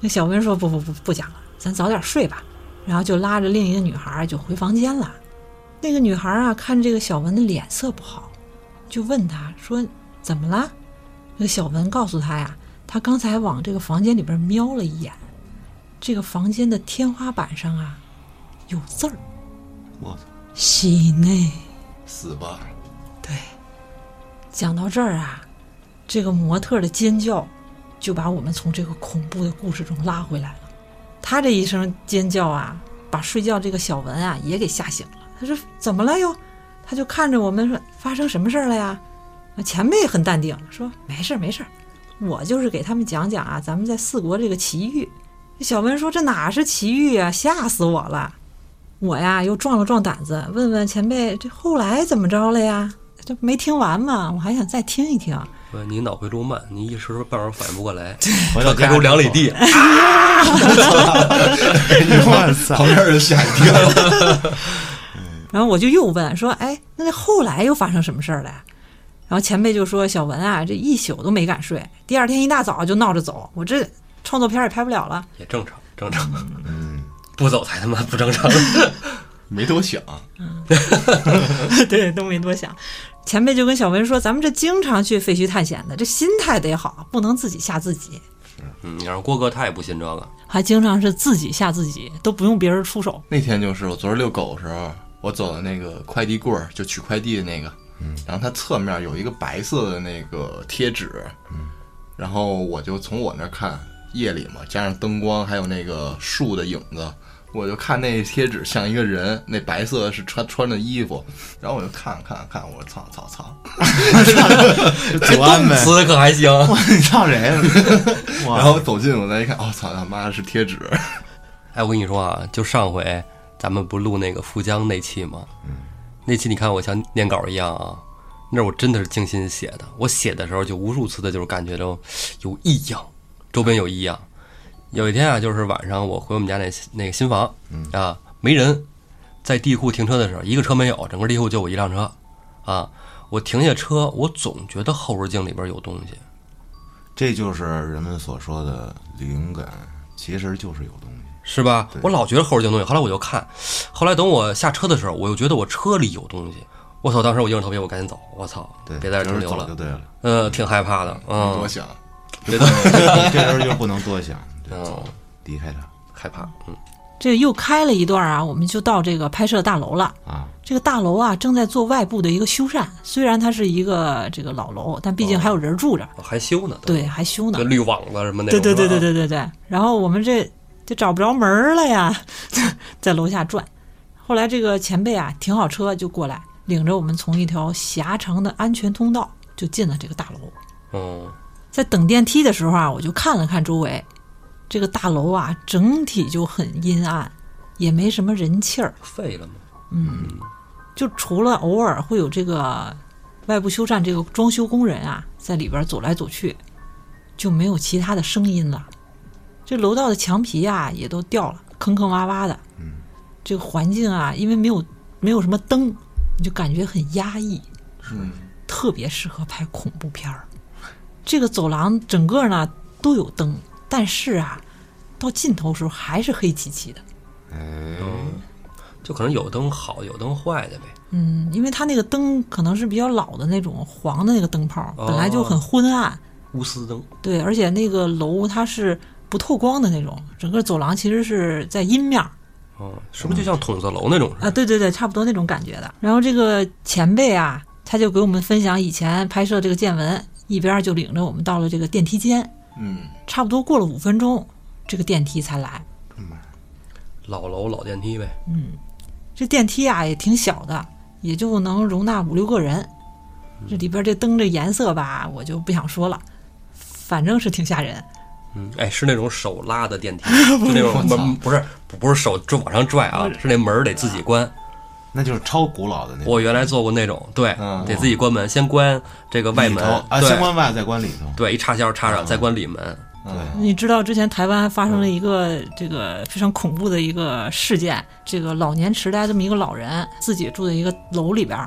Speaker 1: 那小文说：“不不不，不讲了，咱早点睡吧。”然后就拉着另一个女孩就回房间了。那个女孩啊，看这个小文的脸色不好，就问他说：“怎么了？”那个小文告诉他呀，他刚才往这个房间里边瞄了一眼，这个房间的天花板上啊有字儿
Speaker 5: 我操！：“
Speaker 1: 喜内。”
Speaker 4: 死 吧！
Speaker 1: 对，讲到这儿啊，这个模特的尖叫就把我们从这个恐怖的故事中拉回来了。他这一声尖叫啊，把睡觉这个小文啊也给吓醒了。他说：“怎么了又？”他就看着我们说：“发生什么事儿了呀？”啊前辈很淡定说：“没事儿，没事儿，我就是给他们讲讲啊，咱们在四国这个奇遇。”小文说：“这哪是奇遇啊，吓死我了！”我呀又壮了壮胆子，问问前辈这后来怎么着了呀？这没听完嘛，我还想再听一听。
Speaker 2: 不，你脑回路慢，你一时半会儿反应不过来，
Speaker 5: 回到
Speaker 2: 开
Speaker 5: 家
Speaker 2: 出两里地，
Speaker 5: 我
Speaker 4: 旁
Speaker 5: 操！
Speaker 4: 边人吓一跳，
Speaker 1: 然后我就又问说：“哎，那那后来又发生什么事儿了呀？”然后前辈就说：“小文啊，这一宿都没敢睡，第二天一大早就闹着走，我这创作片也拍不了 了。
Speaker 2: 也正常，正常。嗯不走才他妈不正常。
Speaker 4: 没多想，”
Speaker 1: 对，都没多想。前辈就跟小文说：“咱们这经常去废墟探险的，这心态得好，不能自己吓自己，
Speaker 2: 嗯，你让郭哥他也不啊信这个，
Speaker 1: 还经常是自己吓自己，都不用别人出手。
Speaker 4: 那天就是我昨儿遛狗的时候，我走到那个快递柜儿，就取快递的那个，然后它侧面有一个白色的那个贴纸，然后我就从我那儿看，夜里嘛，加上灯光还有那个树的影子，我就看那贴纸像一个人，那白色是穿穿的衣服，然后我就看看看，我说操操操，
Speaker 5: 祖安 呗，
Speaker 2: 词的可还行，
Speaker 5: 你唱谁 呀？
Speaker 4: 然后走近我再一看，哦操他妈是贴纸，
Speaker 2: 哎，我跟你说啊，就上回咱们不录那个富江那期吗？嗯，那期你看我像念稿一样啊，那我真的是精心写的。我写的时候就无数次的就是感觉到有异样，周边有异样。有一天啊，就是晚上我回我们家那那个新房，啊没人，在地库停车的时候一个车没有，整个地库就我一辆车，啊，我停下车，我总觉得后视镜里边有东西。
Speaker 5: 这就是人们所说的灵感，其实就是有东西。
Speaker 2: 是吧？我老觉得后视镜东西，后来我就看，后来等我下车的时候，我又觉得我车里有东西。我操！当时我硬着头皮，我赶紧走。我操！
Speaker 5: 对，
Speaker 2: 别在这
Speaker 5: 就
Speaker 2: 停
Speaker 5: 是
Speaker 2: 留
Speaker 5: 走就
Speaker 2: 了。
Speaker 5: 对了，
Speaker 2: 嗯，挺害怕的。
Speaker 4: 多
Speaker 2: 嗯，
Speaker 4: 想。
Speaker 5: 这时候就不能多想，就
Speaker 2: 嗯
Speaker 5: 走，离开它
Speaker 2: 害怕。嗯，
Speaker 1: 这又开了一段啊，我们就到这个拍摄大楼了。
Speaker 5: 啊。
Speaker 1: 这个大楼啊，正在做外部的一个修缮，虽然它是一个这个老楼，但毕竟还有人住着，
Speaker 2: 我还修呢。都，
Speaker 1: 对，还修呢
Speaker 2: 那。绿网子什么那
Speaker 1: 对对
Speaker 2: 种。
Speaker 1: 对
Speaker 2: 是
Speaker 1: 对。
Speaker 2: 吧
Speaker 1: 对对对。然后我们这就找不着门儿了呀， 在楼下转。后来这个前辈啊停好车就过来，领着我们从一条狭长的安全通道就进了这个大楼。
Speaker 2: 嗯，
Speaker 1: 在等电梯的时候啊，我就看了看周围，这个大楼啊整体就很阴暗，也没什么人气儿，
Speaker 2: 废了吗？
Speaker 1: 就除了偶尔会有这个外部修缮这个装修工人啊在里边走来走去，就没有其他的声音了。这楼道的墙皮啊也都掉了，坑坑洼洼的。嗯，这个环境啊，因为没有没有什么灯，你就感觉很压抑。
Speaker 4: 嗯，
Speaker 1: 特别适合拍恐怖片儿。这个走廊整个呢都有灯，但是啊，到尽头时候还是黑漆漆的。
Speaker 2: 就可能有灯好，有灯坏的呗。
Speaker 1: 嗯，因为它那个灯可能是比较老的那种黄的那个灯泡，
Speaker 2: 哦
Speaker 1: 本来就很昏暗。
Speaker 2: 钨丝灯。
Speaker 1: 对，而且那个楼它是不透光的那种，整个走廊其实是在阴面儿
Speaker 2: 哦，是不是就像筒子楼那种似
Speaker 1: 啊，
Speaker 2: 的？
Speaker 1: 对对对，差不多那种感觉的。然后这个前辈啊，他就给我们分享以前拍摄这个见闻，一边儿就领着我们到了这个电梯间，
Speaker 4: 嗯，
Speaker 1: 差不多过了五分钟，这个电梯才来。
Speaker 2: 老楼老电梯呗。
Speaker 1: 这电梯啊也挺小的，也就能容纳五六个人。这里边这灯这颜色吧，我就不想说了，反正是挺吓人。
Speaker 2: 嗯，哎，是那种手拉 的电梯，就那种门不是不不是手就往上拽啊，是那门儿得自己
Speaker 1: 啊
Speaker 2: 关。
Speaker 5: 那就是超古老的那种。
Speaker 2: 我原来做过那种，对，
Speaker 4: 嗯
Speaker 2: 得自己关门，先关这个外
Speaker 5: 里
Speaker 2: 门
Speaker 5: 头，啊，
Speaker 2: 对
Speaker 5: 先关嗯外再关里头。
Speaker 2: 对，一插销插上，再关里门。
Speaker 5: 对，
Speaker 1: 你知道之前台湾发生了一个这个非常恐怖的一个事件，这个老年痴呆这么一个老人，自己住在一个楼里边儿，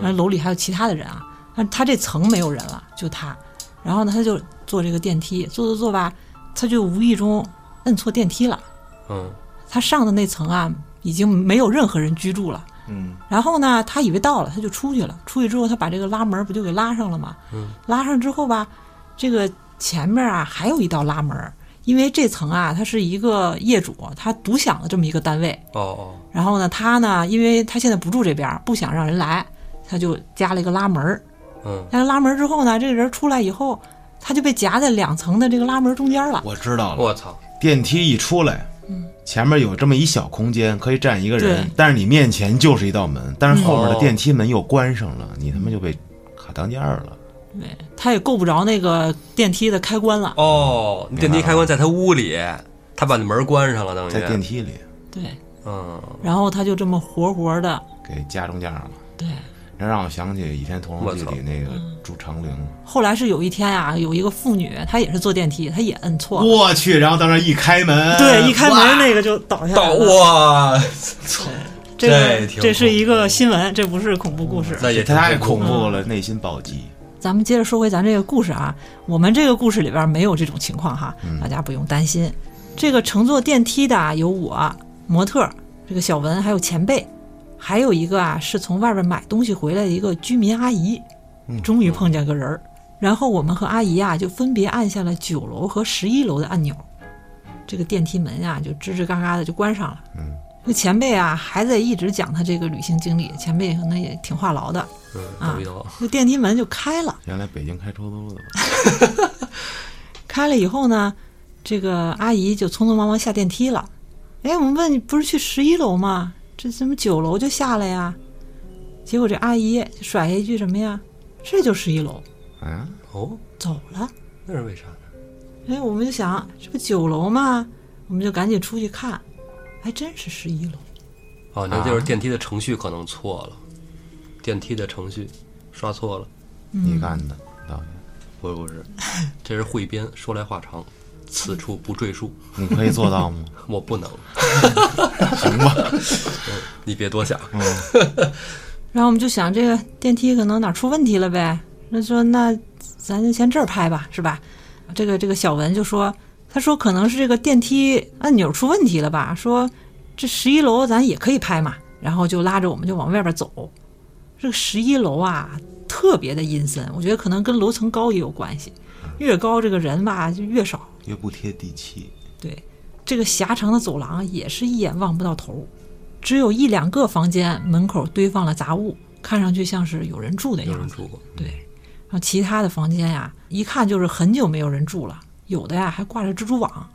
Speaker 1: 然后楼里还有其他的人啊，但他这层没有人了，就他，然后呢他就坐这个电梯，坐坐坐吧，他就无意中摁错电梯了，
Speaker 2: 嗯，
Speaker 1: 他上的那层啊已经没有任何人居住了。
Speaker 4: 嗯，
Speaker 1: 然后呢，他以为到了，他就出去了。出去之后，他把这个拉门不就给拉上了吗？嗯，拉上之后吧，这个前面啊还有一道拉门，因为这层啊它是一个业主他独享的这么一个单位。
Speaker 2: 哦哦，
Speaker 1: 然后呢，他呢，因为他现在不住这边儿，不想让人来，他就加了一个拉门儿。
Speaker 2: 嗯，
Speaker 1: 但是拉门儿之后呢，这个人出来以后，他就被夹在两层的这个拉门儿中间了。
Speaker 5: 我知道了。
Speaker 2: 我操，
Speaker 5: 电梯一出来，前面有这么一小空间可以站一个人
Speaker 1: 嗯对，
Speaker 5: 但是你面前就是一道门，但是后面
Speaker 2: 哦
Speaker 5: 的电梯门又关上了，你他妈就被卡当间儿了。
Speaker 1: 对，他也够不着那个电梯的开关了。
Speaker 2: 哦，电梯开关在他屋里，他把那门关上了，等于
Speaker 5: 在电梯里
Speaker 1: 对，
Speaker 2: 嗯，
Speaker 1: 然后他就这么活活的，
Speaker 5: 给夹中间了。
Speaker 1: 对。
Speaker 5: 这让我想起《倚天屠龙记
Speaker 2: 我》操
Speaker 5: 里那个
Speaker 1: 嗯
Speaker 5: 朱长陵，
Speaker 1: 后来是有一天啊，有一个妇女，她也是坐电梯，她也摁错了，
Speaker 5: 我去，然后到那儿一开门，
Speaker 1: 对，一开门那个就倒下
Speaker 2: 到
Speaker 1: 来了。
Speaker 2: 哇，
Speaker 1: 这
Speaker 2: 这
Speaker 1: 个
Speaker 2: 挺
Speaker 1: 这是一个新闻，这不是恐怖故事。
Speaker 2: 那也挺
Speaker 5: 哎太恐怖了，内心暴击。
Speaker 1: 咱们接着说回咱这个故事啊，我们这个故事里边没有这种情况哈，大家不用担心。这个乘坐电梯的啊有我、模特、这个小文，还有前辈，还有一个啊是从外边买东西回来的一个居民阿姨，终于碰见个人儿。然后我们和阿姨啊就分别按下了九楼和十一楼的按钮，这个电梯门啊就吱吱嘎嘎的就关上了。嗯，这前辈啊还在一直讲他这个旅行经历，前辈可能也挺话痨的，
Speaker 2: 嗯，抖一抖，
Speaker 1: 这电梯门就开了。
Speaker 5: 原来北京开出租的吧，
Speaker 1: 开了以后呢，这个阿姨就匆匆忙忙下电梯了。哎，我们问你不是去十一楼吗？这怎么九楼就下来呀？结果这阿姨就甩下一句什么呀？这就十一楼，
Speaker 5: 啊，
Speaker 2: 哦，
Speaker 1: 走了。
Speaker 2: 那是为啥呢？
Speaker 1: 哎，我们就想这不九楼吗？我们就赶紧出去看，还真是十一楼。
Speaker 2: 哦，
Speaker 5: 啊
Speaker 2: 那就是电梯的程序可能错了，电梯的程序刷错了。
Speaker 1: 嗯
Speaker 5: 你干的，导演，
Speaker 2: 不是不是，这是汇编，说来话长，此处不赘述，
Speaker 5: 你可以做到吗？
Speaker 2: 我不能。行 吧，你别多想。
Speaker 1: 然后我们就想，这个电梯可能哪儿出问题了呗？那说那咱就先这儿拍吧，是吧？这个这个小文就说，他说可能是这个电梯按钮出问题了吧？说这十一楼咱也可以拍嘛。然后就拉着我们就往外边走。这个十一楼啊，特别的阴森，我觉得可能跟楼层高也有关系，越高这个人吧就越少。
Speaker 3: 越不贴地气。
Speaker 1: 对，这个狭长的走廊也是一眼望不到头，只有一两个房间门口堆放了杂物，看上去像是有人住的
Speaker 2: 有
Speaker 1: 样
Speaker 2: 人
Speaker 1: 子。
Speaker 2: 住过，
Speaker 1: 对，然后其他的房间呀、一看就是很久没有人住了，有的呀、还挂着蜘蛛网。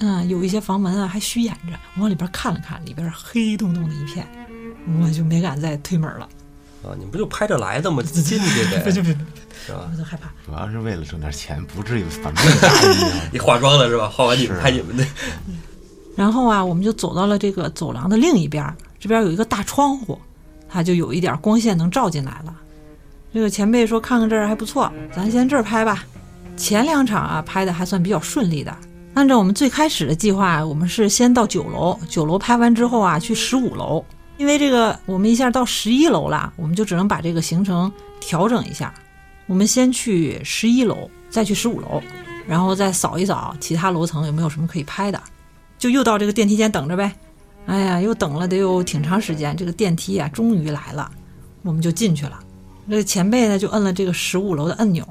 Speaker 1: 嗯，有一些房门啊还虚掩着，我往里边看了看，里边黑洞洞的一片，我就没敢再推门了，
Speaker 2: 啊，你不就拍着来的吗？进去呗，是吧
Speaker 1: 我？就害怕。
Speaker 3: 主要是为了挣点钱，不至于反面大义啊。
Speaker 2: 你化妆了是吧？化完你们拍你们的，
Speaker 1: 然后啊，我们就走到了这个走廊的另一边儿，这边有一个大窗户，它就有一点光线能照进来了。这个前辈说看看这儿还不错，咱先这儿拍吧。前两场啊拍的还算比较顺利的。按照我们最开始的计划，我们是先到九楼，九楼拍完之后啊去十五楼，因为这个我们一下到十一楼了，我们就只能把这个行程调整一下。我们先去十一楼，再去十五楼，然后再扫一扫其他楼层有没有什么可以拍的。就又到这个电梯间等着呗。哎呀，又等了得有挺长时间，这个电梯啊终于来了，我们就进去了。这个前辈呢就摁了这个十五楼的按钮，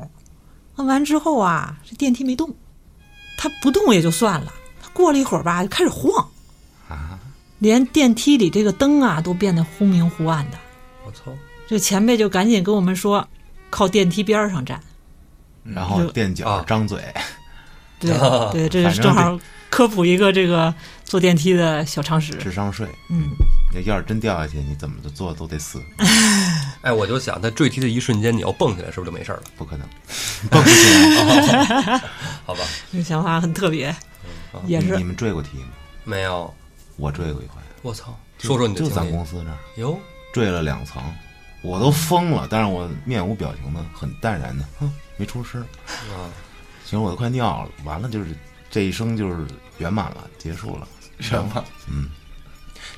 Speaker 1: 摁完之后啊，这电梯没动，它不动也就算了，它过了一会儿吧就开始晃，啊，连电梯里这个灯啊都变得忽明忽暗的。
Speaker 2: 我操！
Speaker 1: 这个前辈就赶紧跟我们说，靠电梯边儿上站。
Speaker 3: 然后垫脚
Speaker 2: 啊
Speaker 3: 张嘴，
Speaker 1: 对对，这
Speaker 3: 反
Speaker 1: 是正
Speaker 3: 正
Speaker 1: 好科普一个这个坐电梯的小常识。
Speaker 3: 智商税。
Speaker 1: 嗯，
Speaker 3: 要要是真掉下去，你怎么着做都得死，
Speaker 2: 哎，我就想在坠梯的一瞬间，你要蹦起来，是不是就没事儿了？
Speaker 3: 不可能，蹦不起来。
Speaker 2: 好吧，
Speaker 1: 这个想法很特别，也
Speaker 3: 你
Speaker 1: 是
Speaker 3: 你们坠过梯吗？
Speaker 2: 没有。
Speaker 3: 我坠过一回，
Speaker 2: 我操！说说你的
Speaker 3: 就咱
Speaker 2: 经
Speaker 3: 公
Speaker 2: 历。
Speaker 3: 司那儿
Speaker 2: 哟，
Speaker 3: 坠了两层，我都疯了，但是我面无表情的，很淡然的，哼，没出声。
Speaker 2: 啊，
Speaker 3: 行，我都快尿了，完了就是这一生就是圆满了，结束了。
Speaker 4: 什么？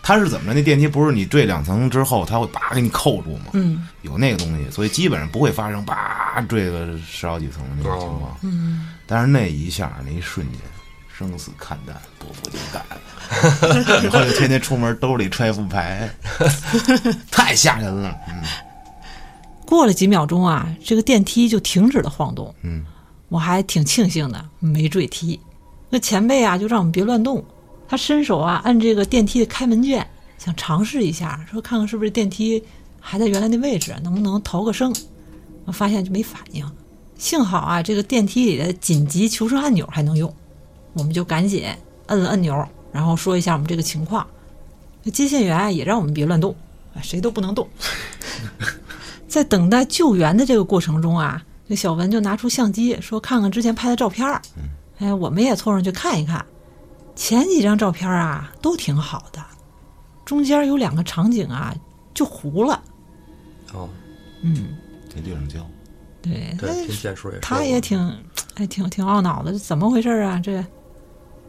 Speaker 3: 它是怎么着？那电梯不是你坠两层之后，它会叭给你扣住吗？
Speaker 1: 嗯，
Speaker 3: 有那个东西，所以基本上不会发生叭坠个十好几层的那种情况。嗯，但是那一下，那一瞬间，生死看淡，不服就干。以后就天天出门兜里揣副牌， 太吓人了。嗯，
Speaker 1: 过了几秒钟啊，这个电梯就停止了晃动。嗯，我还挺庆幸的，没坠梯。那前辈啊，就让我们别乱动，他伸手啊按这个电梯的开门键，想尝试一下，说看看是不是电梯还在原来那位置，能不能逃个生。我发现就没反应，幸好啊，这个电梯里的紧急求生按钮还能用，我们就赶紧摁了按钮，然后说一下我们这个情况。那接线员啊也让我们别乱动，哎谁都不能动。在等待救援的这个过程中啊，这小文就拿出相机说：“看看之前拍的照片儿。”哎，我们也凑上去看一看。前几张照片啊都挺好的，中间有两个场景啊就糊了。
Speaker 2: 哦，
Speaker 3: 得对上焦。
Speaker 1: 对，
Speaker 2: 对，听建叔也说过
Speaker 1: 哎他也挺哎挺挺懊恼的，这怎么回事儿啊？这，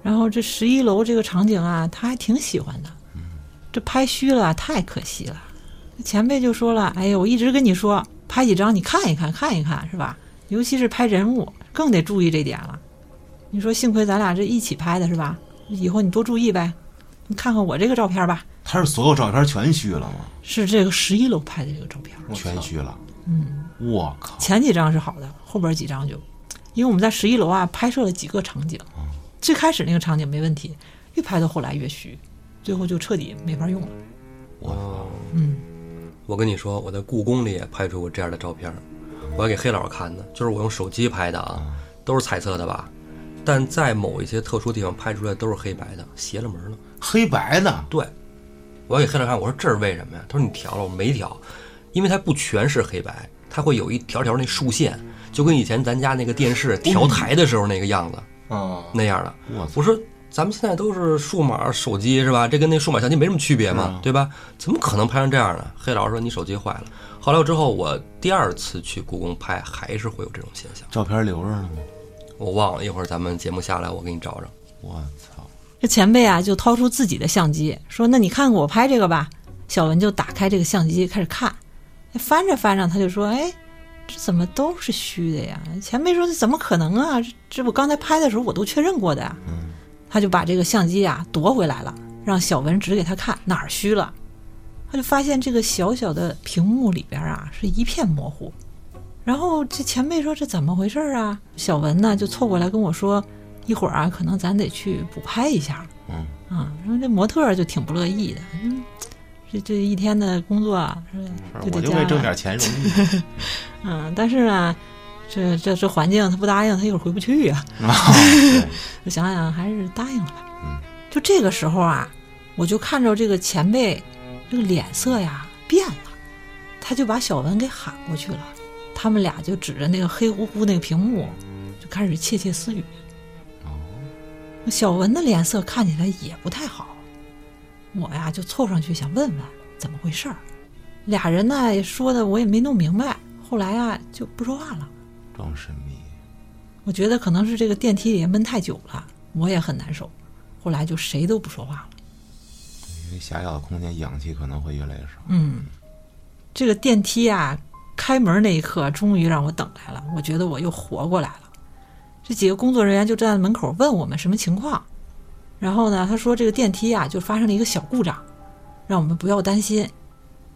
Speaker 1: 然后这十一楼这个场景啊，他还挺喜欢的，这拍虚了太可惜了。前辈就说了，哎呀，我一直跟你说，拍几张你看一看，看一看是吧？尤其是拍人物，更得注意这点了。你说幸亏咱俩这一起拍的是吧？以后你多注意呗。你看看我这个照片吧，
Speaker 3: 他是所有照片全虚了吗？
Speaker 1: 是这个十一楼拍的这个照片。
Speaker 3: 全虚了。嗯，我靠，
Speaker 1: 前几张是好的，后边几张就，因为我们在十一楼啊拍摄了几个场景，最开始那个场景没问题，越拍到后来越虚，最后就彻底没法用了。
Speaker 2: 哦，嗯，我跟你说，我在故宫里也拍出过这样的照片儿，我还给黑老师看呢，就是我用手机拍的啊，都是彩色的吧？但在某一些特殊地方拍出来都是黑白的，邪了门了。
Speaker 3: 黑白的，
Speaker 2: 对，我给黑老看，我说这是为什么呀？他说你调了，我没调，因为它不全是黑白，它会有一条条那竖线，就跟以前咱家那个电视调台的时候那个样子
Speaker 4: 啊，
Speaker 2: 那样的。我说咱们现在都是数码手机是吧？这跟那数码相机没什么区别嘛，对吧？怎么可能拍成这样呢？黑老师说你手机坏了。后来我之后，我第二次去故宫拍，还是会有这种现象。
Speaker 3: 照片留着呢吗？
Speaker 2: 我忘了，一会儿咱们节目下来，我给你找找。
Speaker 3: 我操！
Speaker 1: 这前辈啊，就掏出自己的相机，说：“那你看看我拍这个吧。”小文就打开这个相机开始看，哎翻着翻着他就说：“哎，这怎么都是虚的呀？”前辈说：“这怎么可能啊？这这我刚才拍的时候我都确认过的呀。”
Speaker 3: 嗯
Speaker 1: 他就把这个相机啊夺回来了，让小文指给他看哪儿虚了。他就发现这个小小的屏幕里边啊是一片模糊。然后这前辈说：“这怎么回事儿啊？”小文呢就凑过来跟我说：“一会儿啊，可能咱得去补拍一下。”嗯啊，然后这模特儿就挺不乐意的，嗯，这这一天的工作啊，是吧
Speaker 3: 我
Speaker 1: 得
Speaker 3: 就
Speaker 1: 加
Speaker 3: 为
Speaker 1: 了
Speaker 3: 挣点钱容 易，
Speaker 1: 嗯，但是呢，这这这环境他不答应，他一会儿回不去啊呀、我想想还是答应了吧。
Speaker 3: 嗯，
Speaker 1: 就这个时候啊，我就看着这个前辈这个脸色呀变了，他就把小文给喊过去了。他们俩就指着那个黑乎乎那个屏幕，就开始窃窃私语。哦，小文的脸色看起来也不太好，我呀就凑上去想问问怎么回事儿。俩人呢也说的我也没弄明白，后来啊就不说话了。
Speaker 3: 装神秘。
Speaker 1: 我觉得可能是这个电梯里闷太久了，我也很难受。后来就谁都不说话了。
Speaker 3: 因为狭小的空间，氧气可能会越来越少。
Speaker 1: 嗯，这个电梯啊，开门那一刻终于让我等来了，我觉得我又活过来了。这几个工作人员就站在门口问我们什么情况，然后呢，他说这个电梯啊就发生了一个小故障，让我们不要担心。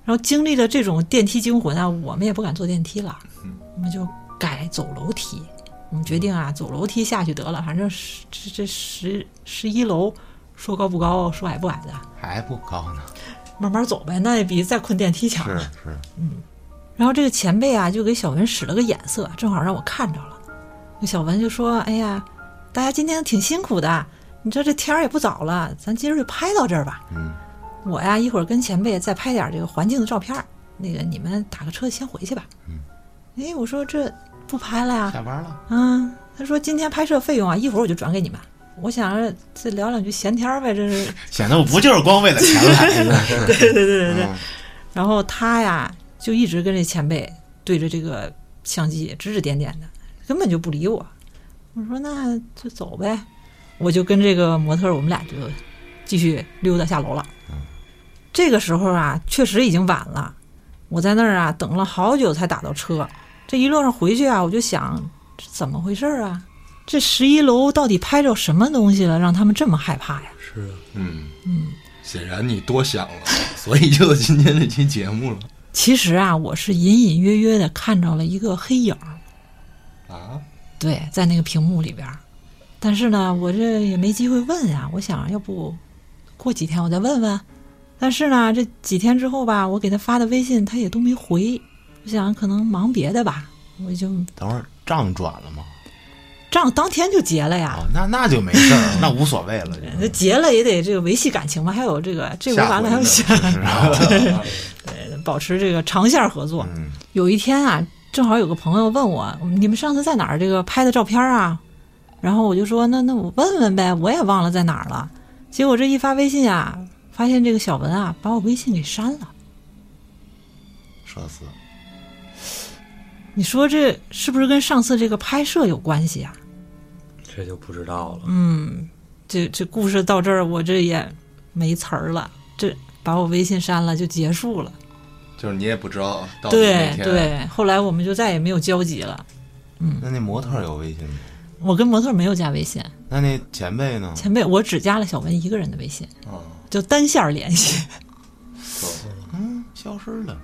Speaker 1: 然后经历了这种电梯惊魂啊，我们也不敢坐电梯了，我们就改走楼梯。我们决定啊，走楼梯下去得了，反正是这这十十一楼，说高不高，说矮不矮的，
Speaker 3: 还不高呢，
Speaker 1: 慢慢走呗，那也比再困电梯强
Speaker 3: 是
Speaker 1: 啊。
Speaker 3: 是，
Speaker 1: 然后这个前辈啊，就给小文使了个眼色，正好让我看着了。那小文就说：“哎呀，大家今天挺辛苦的，你知道这天儿也不早了，咱今儿就拍到这儿吧。”
Speaker 3: 嗯，
Speaker 1: 我呀一会儿跟前辈再拍点儿这个环境的照片儿，那个你们打个车先回去吧。嗯，哎，我说这不拍了呀，
Speaker 3: 下班了，
Speaker 1: 嗯，他说今天拍摄费用啊，一会儿我就转给你们。我想着再聊两句闲天儿呗，真是
Speaker 3: 显得我不就是光为了钱来的？
Speaker 1: 对对对对对。然后他呀，就一直跟这前辈对着这个相机指指点点的，根本就不理我。我说那就走呗，我就跟这个模特儿，我们俩就继续溜达下楼了。这个时候啊，确实已经晚了，我在那儿啊等了好久才打到车。这一路上回去啊，我就想这怎么回事儿啊？这十一楼到底拍着什么东西了，让他们这么害怕呀？
Speaker 2: 是啊，
Speaker 4: 嗯嗯，显然你多想了， 所以就有今天这期节目了
Speaker 1: 其实啊，我是隐隐约约的看着了一个黑影儿，
Speaker 4: 啊。
Speaker 1: 对，在那个屏幕里边儿。但是呢，我这也没机会问呀、我想要不过几天我再问问。但是呢，这几天之后吧，我给他发的微信他也都没回。我想可能忙别的吧，我就
Speaker 3: 等会儿账转了吗？
Speaker 1: 账当天就结了呀。
Speaker 3: 哦，那那就没事儿，那无所谓了，就是
Speaker 1: 那结了也得这个维系感情嘛，还有这个这回完了还有下，
Speaker 3: 啊
Speaker 1: 对，保持这个长线合作。
Speaker 3: 嗯
Speaker 1: 有一天啊，正好有个朋友问我，你们上次在哪儿这个拍的照片啊？然后我就说，那那我问问呗，我也忘了在哪儿了。结果这一发微信啊，发现这个小文啊把我微信给删了。
Speaker 3: 社死。
Speaker 1: 你说这是不是跟上次这个拍摄有关系啊？
Speaker 2: 这就不知道了。
Speaker 1: 这这故事到这儿，我这也没词儿了，这把我微信删了就结束了。
Speaker 4: 就是你也不知道到底那
Speaker 1: 对
Speaker 4: 天
Speaker 1: 对，后来我们就再也没有交集了。
Speaker 3: 那那模特儿有微信吗？
Speaker 1: 我跟模特没有加微信，
Speaker 3: 那那前辈呢？
Speaker 1: 前辈我只加了小文一个人的微信，
Speaker 4: 啊，
Speaker 1: 就单线儿联系。
Speaker 3: 嗯，消失了。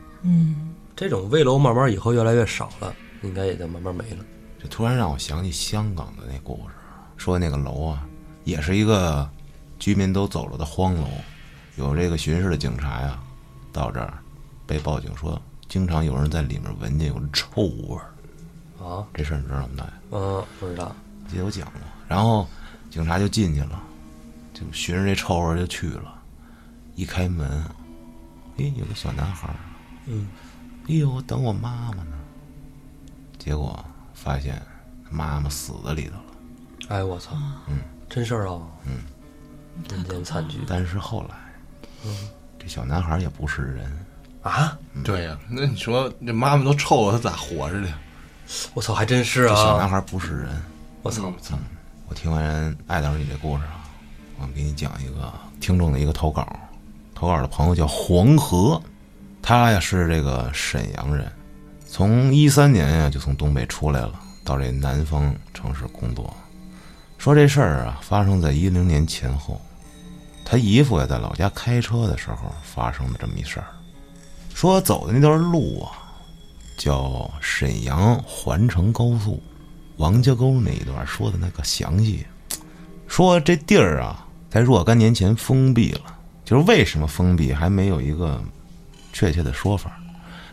Speaker 2: 这种危楼慢慢以后越来越少了，应该也就慢慢没了。
Speaker 3: 这突然让我想起香港的那故事，说那个楼啊，也是一个居民都走了的荒楼，有这个巡视的警察呀，到这儿被报警说，经常有人在里面闻见有臭味儿。
Speaker 2: 啊，
Speaker 3: 这事儿你知道吗？大爷？
Speaker 2: 嗯，不知道。
Speaker 3: 记得我讲过。然后警察就进去了，就循着这臭味儿就去了。一开门，诶，有个小男孩，
Speaker 2: 嗯，
Speaker 3: 哎呦，我等我妈妈呢。结果发现妈妈死在里头了。
Speaker 2: 哎，我操，嗯，真事儿啊，嗯，人间惨剧
Speaker 3: 但是后来，
Speaker 2: 嗯
Speaker 3: 这小男孩也不是人，
Speaker 2: 啊！
Speaker 4: 对呀、嗯那你说这妈妈都臭了，他咋活着的呀？
Speaker 2: 我操，还真是
Speaker 3: 这小男
Speaker 2: 啊！
Speaker 3: 孩不是人。
Speaker 2: 我操，
Speaker 3: 我听完艾导你这故事啊，我给你讲一个听众的一个投稿，投稿的朋友叫黄河，他呀是这个沈阳人，从一三年呀就从东北出来了，到这南方城市工作。说这事儿啊发生在一零年前后，他姨父呀在老家开车的时候发生了这么一事儿，说走的那段路啊叫沈阳环城高速。王家沟那一段说的那个详细，说这地儿啊，在若干年前封闭了，就是为什么封闭还没有一个确切的说法。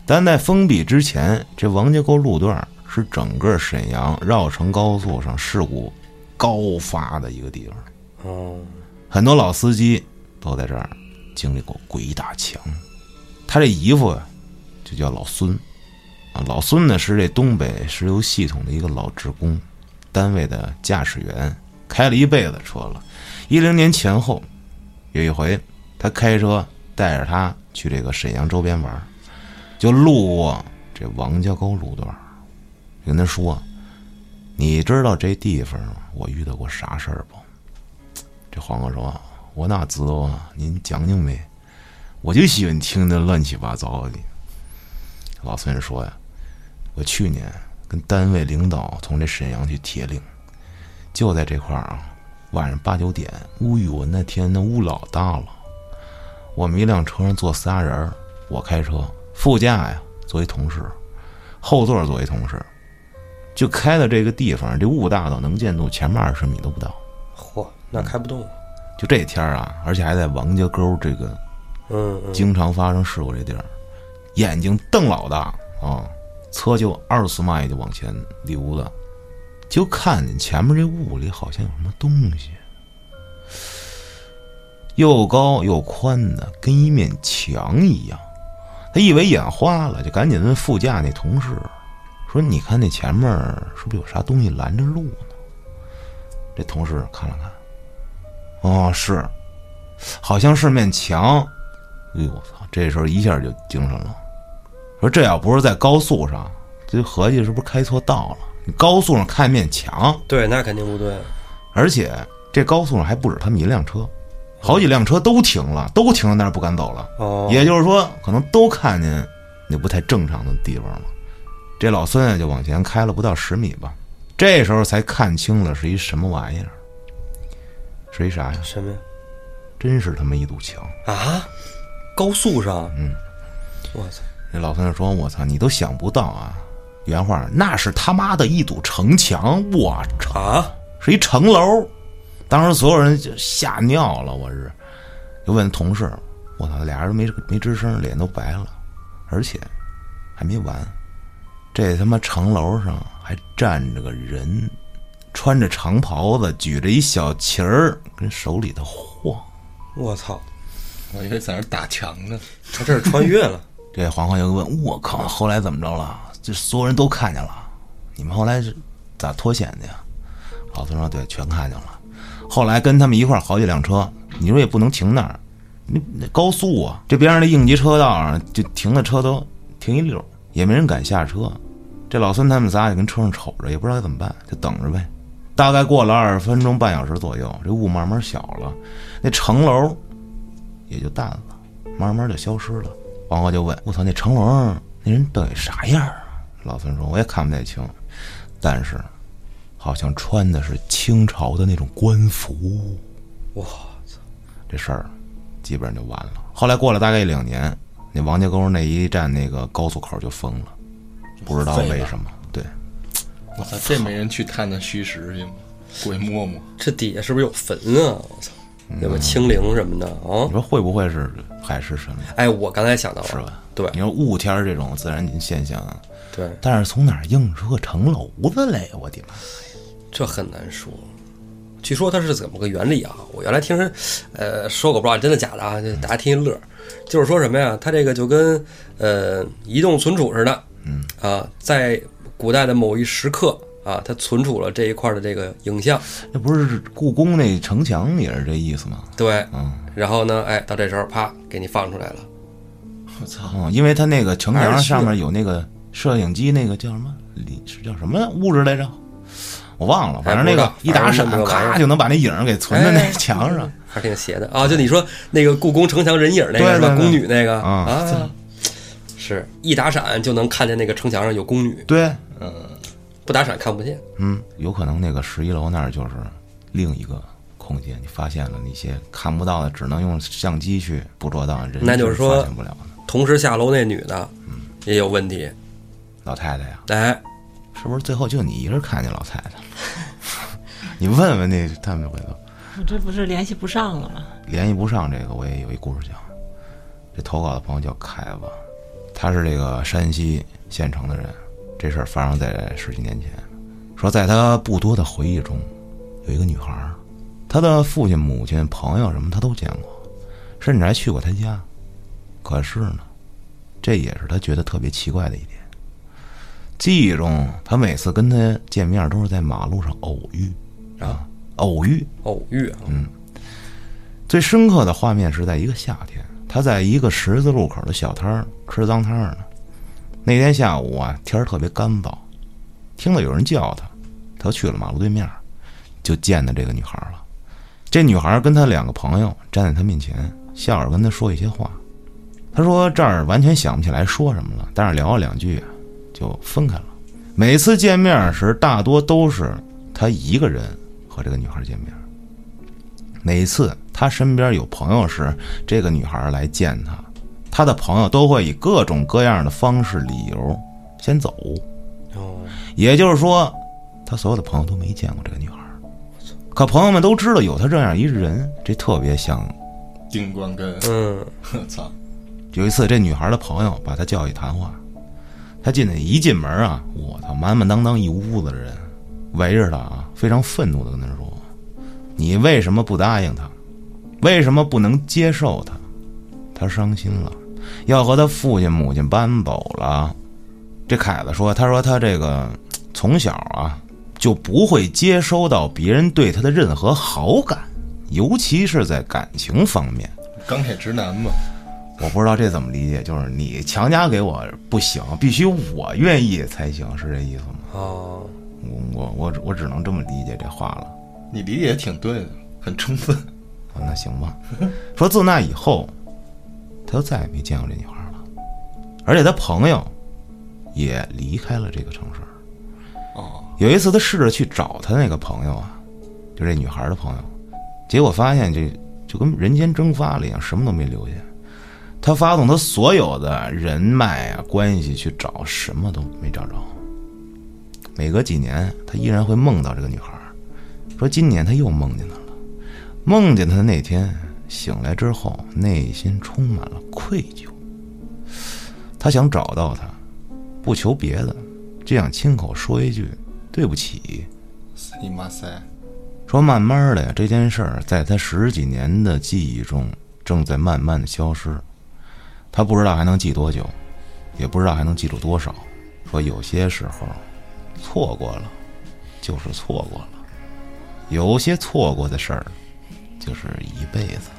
Speaker 3: 但在封闭之前，这王家沟路段是整个沈阳绕城高速上事故高发的一个地方，
Speaker 2: 哦，
Speaker 3: 很多老司机都在这儿经历过鬼打墙。他这姨父呀，就叫老孙，啊，老孙呢是这东北石油系统的一个老职工，单位的驾驶员，开了一辈子车了。一零年前后，有一回他开车带着他去这个沈阳周边玩儿，就路过这王家沟路段儿，就跟他说：“你知道这地方我遇到过啥事儿不？”这黄哥说：“我哪知道啊？您讲讲呗，我就喜欢听那乱七八糟的。”老孙说呀，我去年跟单位领导从这沈阳去铁岭，就在这块儿啊，晚上八九点，乌雨我那天那雾老大了。我们一辆车上坐仨人儿，我开车，副驾呀坐一同事，后座坐一同事，就开到这个地方，这雾大到能见度前面二十米都不到。
Speaker 2: 嚯，那开不动，
Speaker 3: 就这天儿啊，而且还在王家沟这个
Speaker 2: 嗯嗯，
Speaker 3: 经常发生事故这地儿，眼睛瞪老大啊，车就二十迈就往前溜达，就看见前面这雾里好像有什么东西，又高又宽的，跟一面墙一样。他以为眼花了，就赶紧问副驾那同事说：“你看那前面是不是有啥东西拦着路呢？”这同事看了看，哦，是，好像是面墙。哎呦我操！这时候一下就精神了，说这要不是在高速上，这合计是不是开错道了？你高速上看面墙，
Speaker 2: 对，那肯定不对，
Speaker 3: 而且这高速上还不止他们一辆车，好几辆车都停了，都停在那儿不敢走了。
Speaker 2: 哦，
Speaker 3: 也就是说，可能都看见那不太正常的地方了。这老孙啊，就往前开了不到十米吧，这时候才看清了是一什么玩意儿，是一啥呀？
Speaker 2: 什么呀？
Speaker 3: 真是他妈一堵墙！
Speaker 2: 啊，高速上，嗯，我操，
Speaker 3: 那老孙就说：“我操，你都想不到啊！”原话那是他妈的一堵城墙，我操，
Speaker 2: 啊，
Speaker 3: 是一城楼。当时所有人就吓尿了，我是，就问同事，我操，俩人没没吱声，脸都白了，而且还没完，这他妈城楼上还站着个人，穿着长袍子，举着一小旗儿，跟手里头晃。
Speaker 2: 我操，
Speaker 4: 我以为在那儿打墙呢。
Speaker 2: 他这是 穿越了，
Speaker 3: 这黄黄就问：“我靠，后来怎么着了？这所有人都看见了，你们后来是咋脱险的呀？”老孙说：“对，全看见了。后来跟他们一块儿好几辆车，你说也不能停那儿，那那高速啊，这边上的应急车道上就停的车都停一溜儿，也没人敢下车。这老孙他们仨也跟车上瞅着，也不知道该怎么办，就等着呗。大概过了二十分钟、半小时左右，这雾慢慢小了，那城楼也就淡了，慢慢就消失了。王哥就问：“我操，那成龙那人到底啥样啊？”老孙说：“我也看不太清，但是好像穿的是清朝的那种官服。
Speaker 2: 我操，”
Speaker 3: 这事儿基本上就完了。后来过了大概一两年，那王家沟那一站那个高速口就封了，不知道为什么。对，
Speaker 4: 我操，这没人去探探虚实去吗？鬼摸摸，
Speaker 2: 这底下是不是有坟啊？我操，有个清灵什么的啊
Speaker 3: 你？说会不会是海市蜃楼？
Speaker 2: 哎，我刚才想到了，
Speaker 3: 是吧？
Speaker 2: 对
Speaker 3: 你说雾天儿这种自然现象，啊
Speaker 2: 对，
Speaker 3: 但是从哪儿映出个城楼子来？我的妈！
Speaker 2: 这很难说，据说它是怎么个原理啊？我原来听人，呃，说过不知道真的假的啊，就大家听一乐儿，就是说什么呀？它这个就跟呃移动存储似的，嗯啊，在古代的某一时刻啊，它存储了这一块儿的这个影像，
Speaker 3: 那不是故宫那城墙也是这意思吗？
Speaker 2: 对，
Speaker 3: 嗯
Speaker 2: 然后呢，哎，到这时候啪给你放出 来了，
Speaker 4: 我操，
Speaker 3: 哦，因为它那个城
Speaker 2: 还
Speaker 3: 墙
Speaker 2: 是虚的
Speaker 3: 上面有那个摄影机，那个叫什么里是叫什么物质来着？我忘了，反正那个
Speaker 2: 哎不
Speaker 3: 一
Speaker 2: 知道
Speaker 3: 打闪
Speaker 2: 反正那，么个玩意儿
Speaker 3: 咔就能把那影儿给存在那墙上。
Speaker 2: 哎还挺邪的啊！就你说那个故宫城墙人影那
Speaker 3: 对
Speaker 2: 个是吧？
Speaker 3: 对对
Speaker 2: 宫女那个
Speaker 3: 啊
Speaker 2: 啊，是一打闪就能看见那个城墙上有宫女，
Speaker 3: 对，
Speaker 2: 不打闪看不见。
Speaker 3: 嗯，有可能那个十一楼那儿就是另一个空间，你发现了那些看不到的，只能用相机去捕捉到，人
Speaker 2: 那就是说
Speaker 3: 发现不了的。
Speaker 2: 同时下楼那女的
Speaker 3: 嗯
Speaker 2: 也有问题，
Speaker 3: 老太太呀，
Speaker 2: 哎，
Speaker 3: 是不是最后就你一个人看见老太太了？ 你问问那他们回头
Speaker 1: 我这不是联系不上了吗？
Speaker 3: 联系不上这个，我也有一故事讲。这投稿的朋友叫凯子，他是这个山西县城的人。这事儿发生在十几年前，说在他不多的回忆中，有一个女孩儿，她的父亲、母亲、朋友什么，他都见过，甚至还去过她家。可是呢，这也是他觉得特别奇怪的一点。记忆中，他每次跟她见面都是在马路上偶遇，啊，偶遇，
Speaker 2: 偶遇啊，
Speaker 3: 最深刻的画面是在一个夏天，他在一个十字路口的小摊儿吃脏摊儿呢。那天下午啊，天儿特别干燥，听到有人叫他，他就去了马路对面儿，就见到这个女孩了。这女孩跟她两个朋友站在他面前，笑着跟他说一些话。他说这儿完全想不起来说什么了，但是聊了两句啊，就分开了。每次见面时，大多都是他一个人和这个女孩见面。每次他身边有朋友时，这个女孩来见他，他的朋友都会以各种各样的方式、理由先走。嗯
Speaker 2: 哦，
Speaker 3: 也就是说，他所有的朋友都没见过这个女孩。可朋友们都知道有他这样一人，这特别像。
Speaker 4: 丁光根，
Speaker 2: 嗯，
Speaker 4: 我 操，
Speaker 3: 有一次，这女孩的朋友把他叫去谈话，他进去一进门啊，我操，满满当当一屋子的人围着他啊，非常愤怒的跟他说：“你为什么不答应他？为什么不能接受他？他伤心了，要和他父亲母亲搬走了。”这凯子说：“他说他这个从小啊就不会接收到别人对他的任何好感，尤其是在感情方面。”
Speaker 4: 钢铁直男嘛，
Speaker 3: 我不知道这怎么理解，就是你强加给我不行，必须我愿意才行，是这意思吗？
Speaker 2: 哦，
Speaker 3: 我我我只我只能这么理解这话了。
Speaker 4: 你理解也挺对的，很充分。
Speaker 3: 啊那行吧。说自那以后，他就再也没见过这女孩了，而且他朋友也离开了这个城市。
Speaker 4: 哦，
Speaker 3: 有一次他试着去找他那个朋友啊，就这女孩的朋友，结果发现这就跟人间蒸发了一样，什么都没留下。他发动他所有的人脉啊、关系去找，什么都没找着。每隔几年，他依然会梦到这个女孩儿，说今年他又梦见她了。梦见她的那天醒来之后，内心充满了愧疚。他想找到她，不求别的，就想亲口说一句对不起。
Speaker 4: 你妈塞，
Speaker 3: 说慢慢的呀，这件事儿在他十几年的记忆中正在慢慢的消失，他不知道还能记多久，也不知道还能记住多少。说有些时候，错过了，就是错过了；有些错过的事儿，就是一辈子。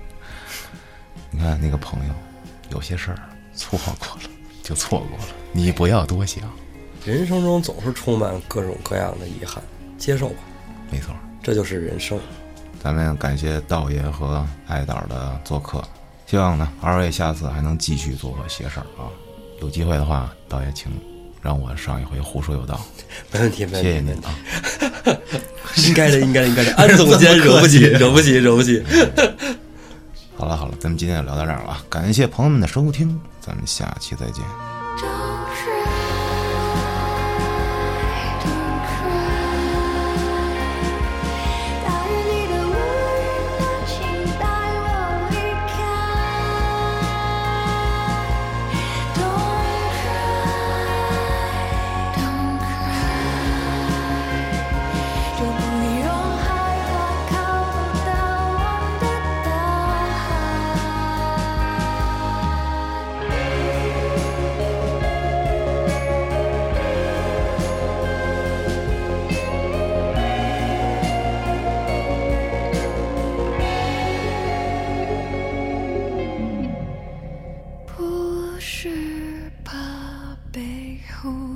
Speaker 3: 你看那个朋友，有些事儿错过了就错过了，你不要多想。
Speaker 2: 人生中总是充满各种各样的遗憾，接受吧，
Speaker 3: 没错儿。
Speaker 2: 这就是人生。
Speaker 3: 咱们感谢道爷和爱导的做客，希望呢二位下次还能继续做客邪事儿啊！有机会的话，道爷请让我上一回胡说有道，
Speaker 2: 没问题，没
Speaker 3: 谢
Speaker 2: 问题
Speaker 3: 谢，您啊！
Speaker 2: 应该的，应该的，应 该的。安总监惹不起，惹不起，惹不起。
Speaker 3: 好了好了，咱们今天就聊到这儿了啊！感谢朋友们的收听，咱们下期再见。
Speaker 6: Don't cry, don't cry. 当你的无语表情带我离开。Don't cry, don't cry. 就不用背后。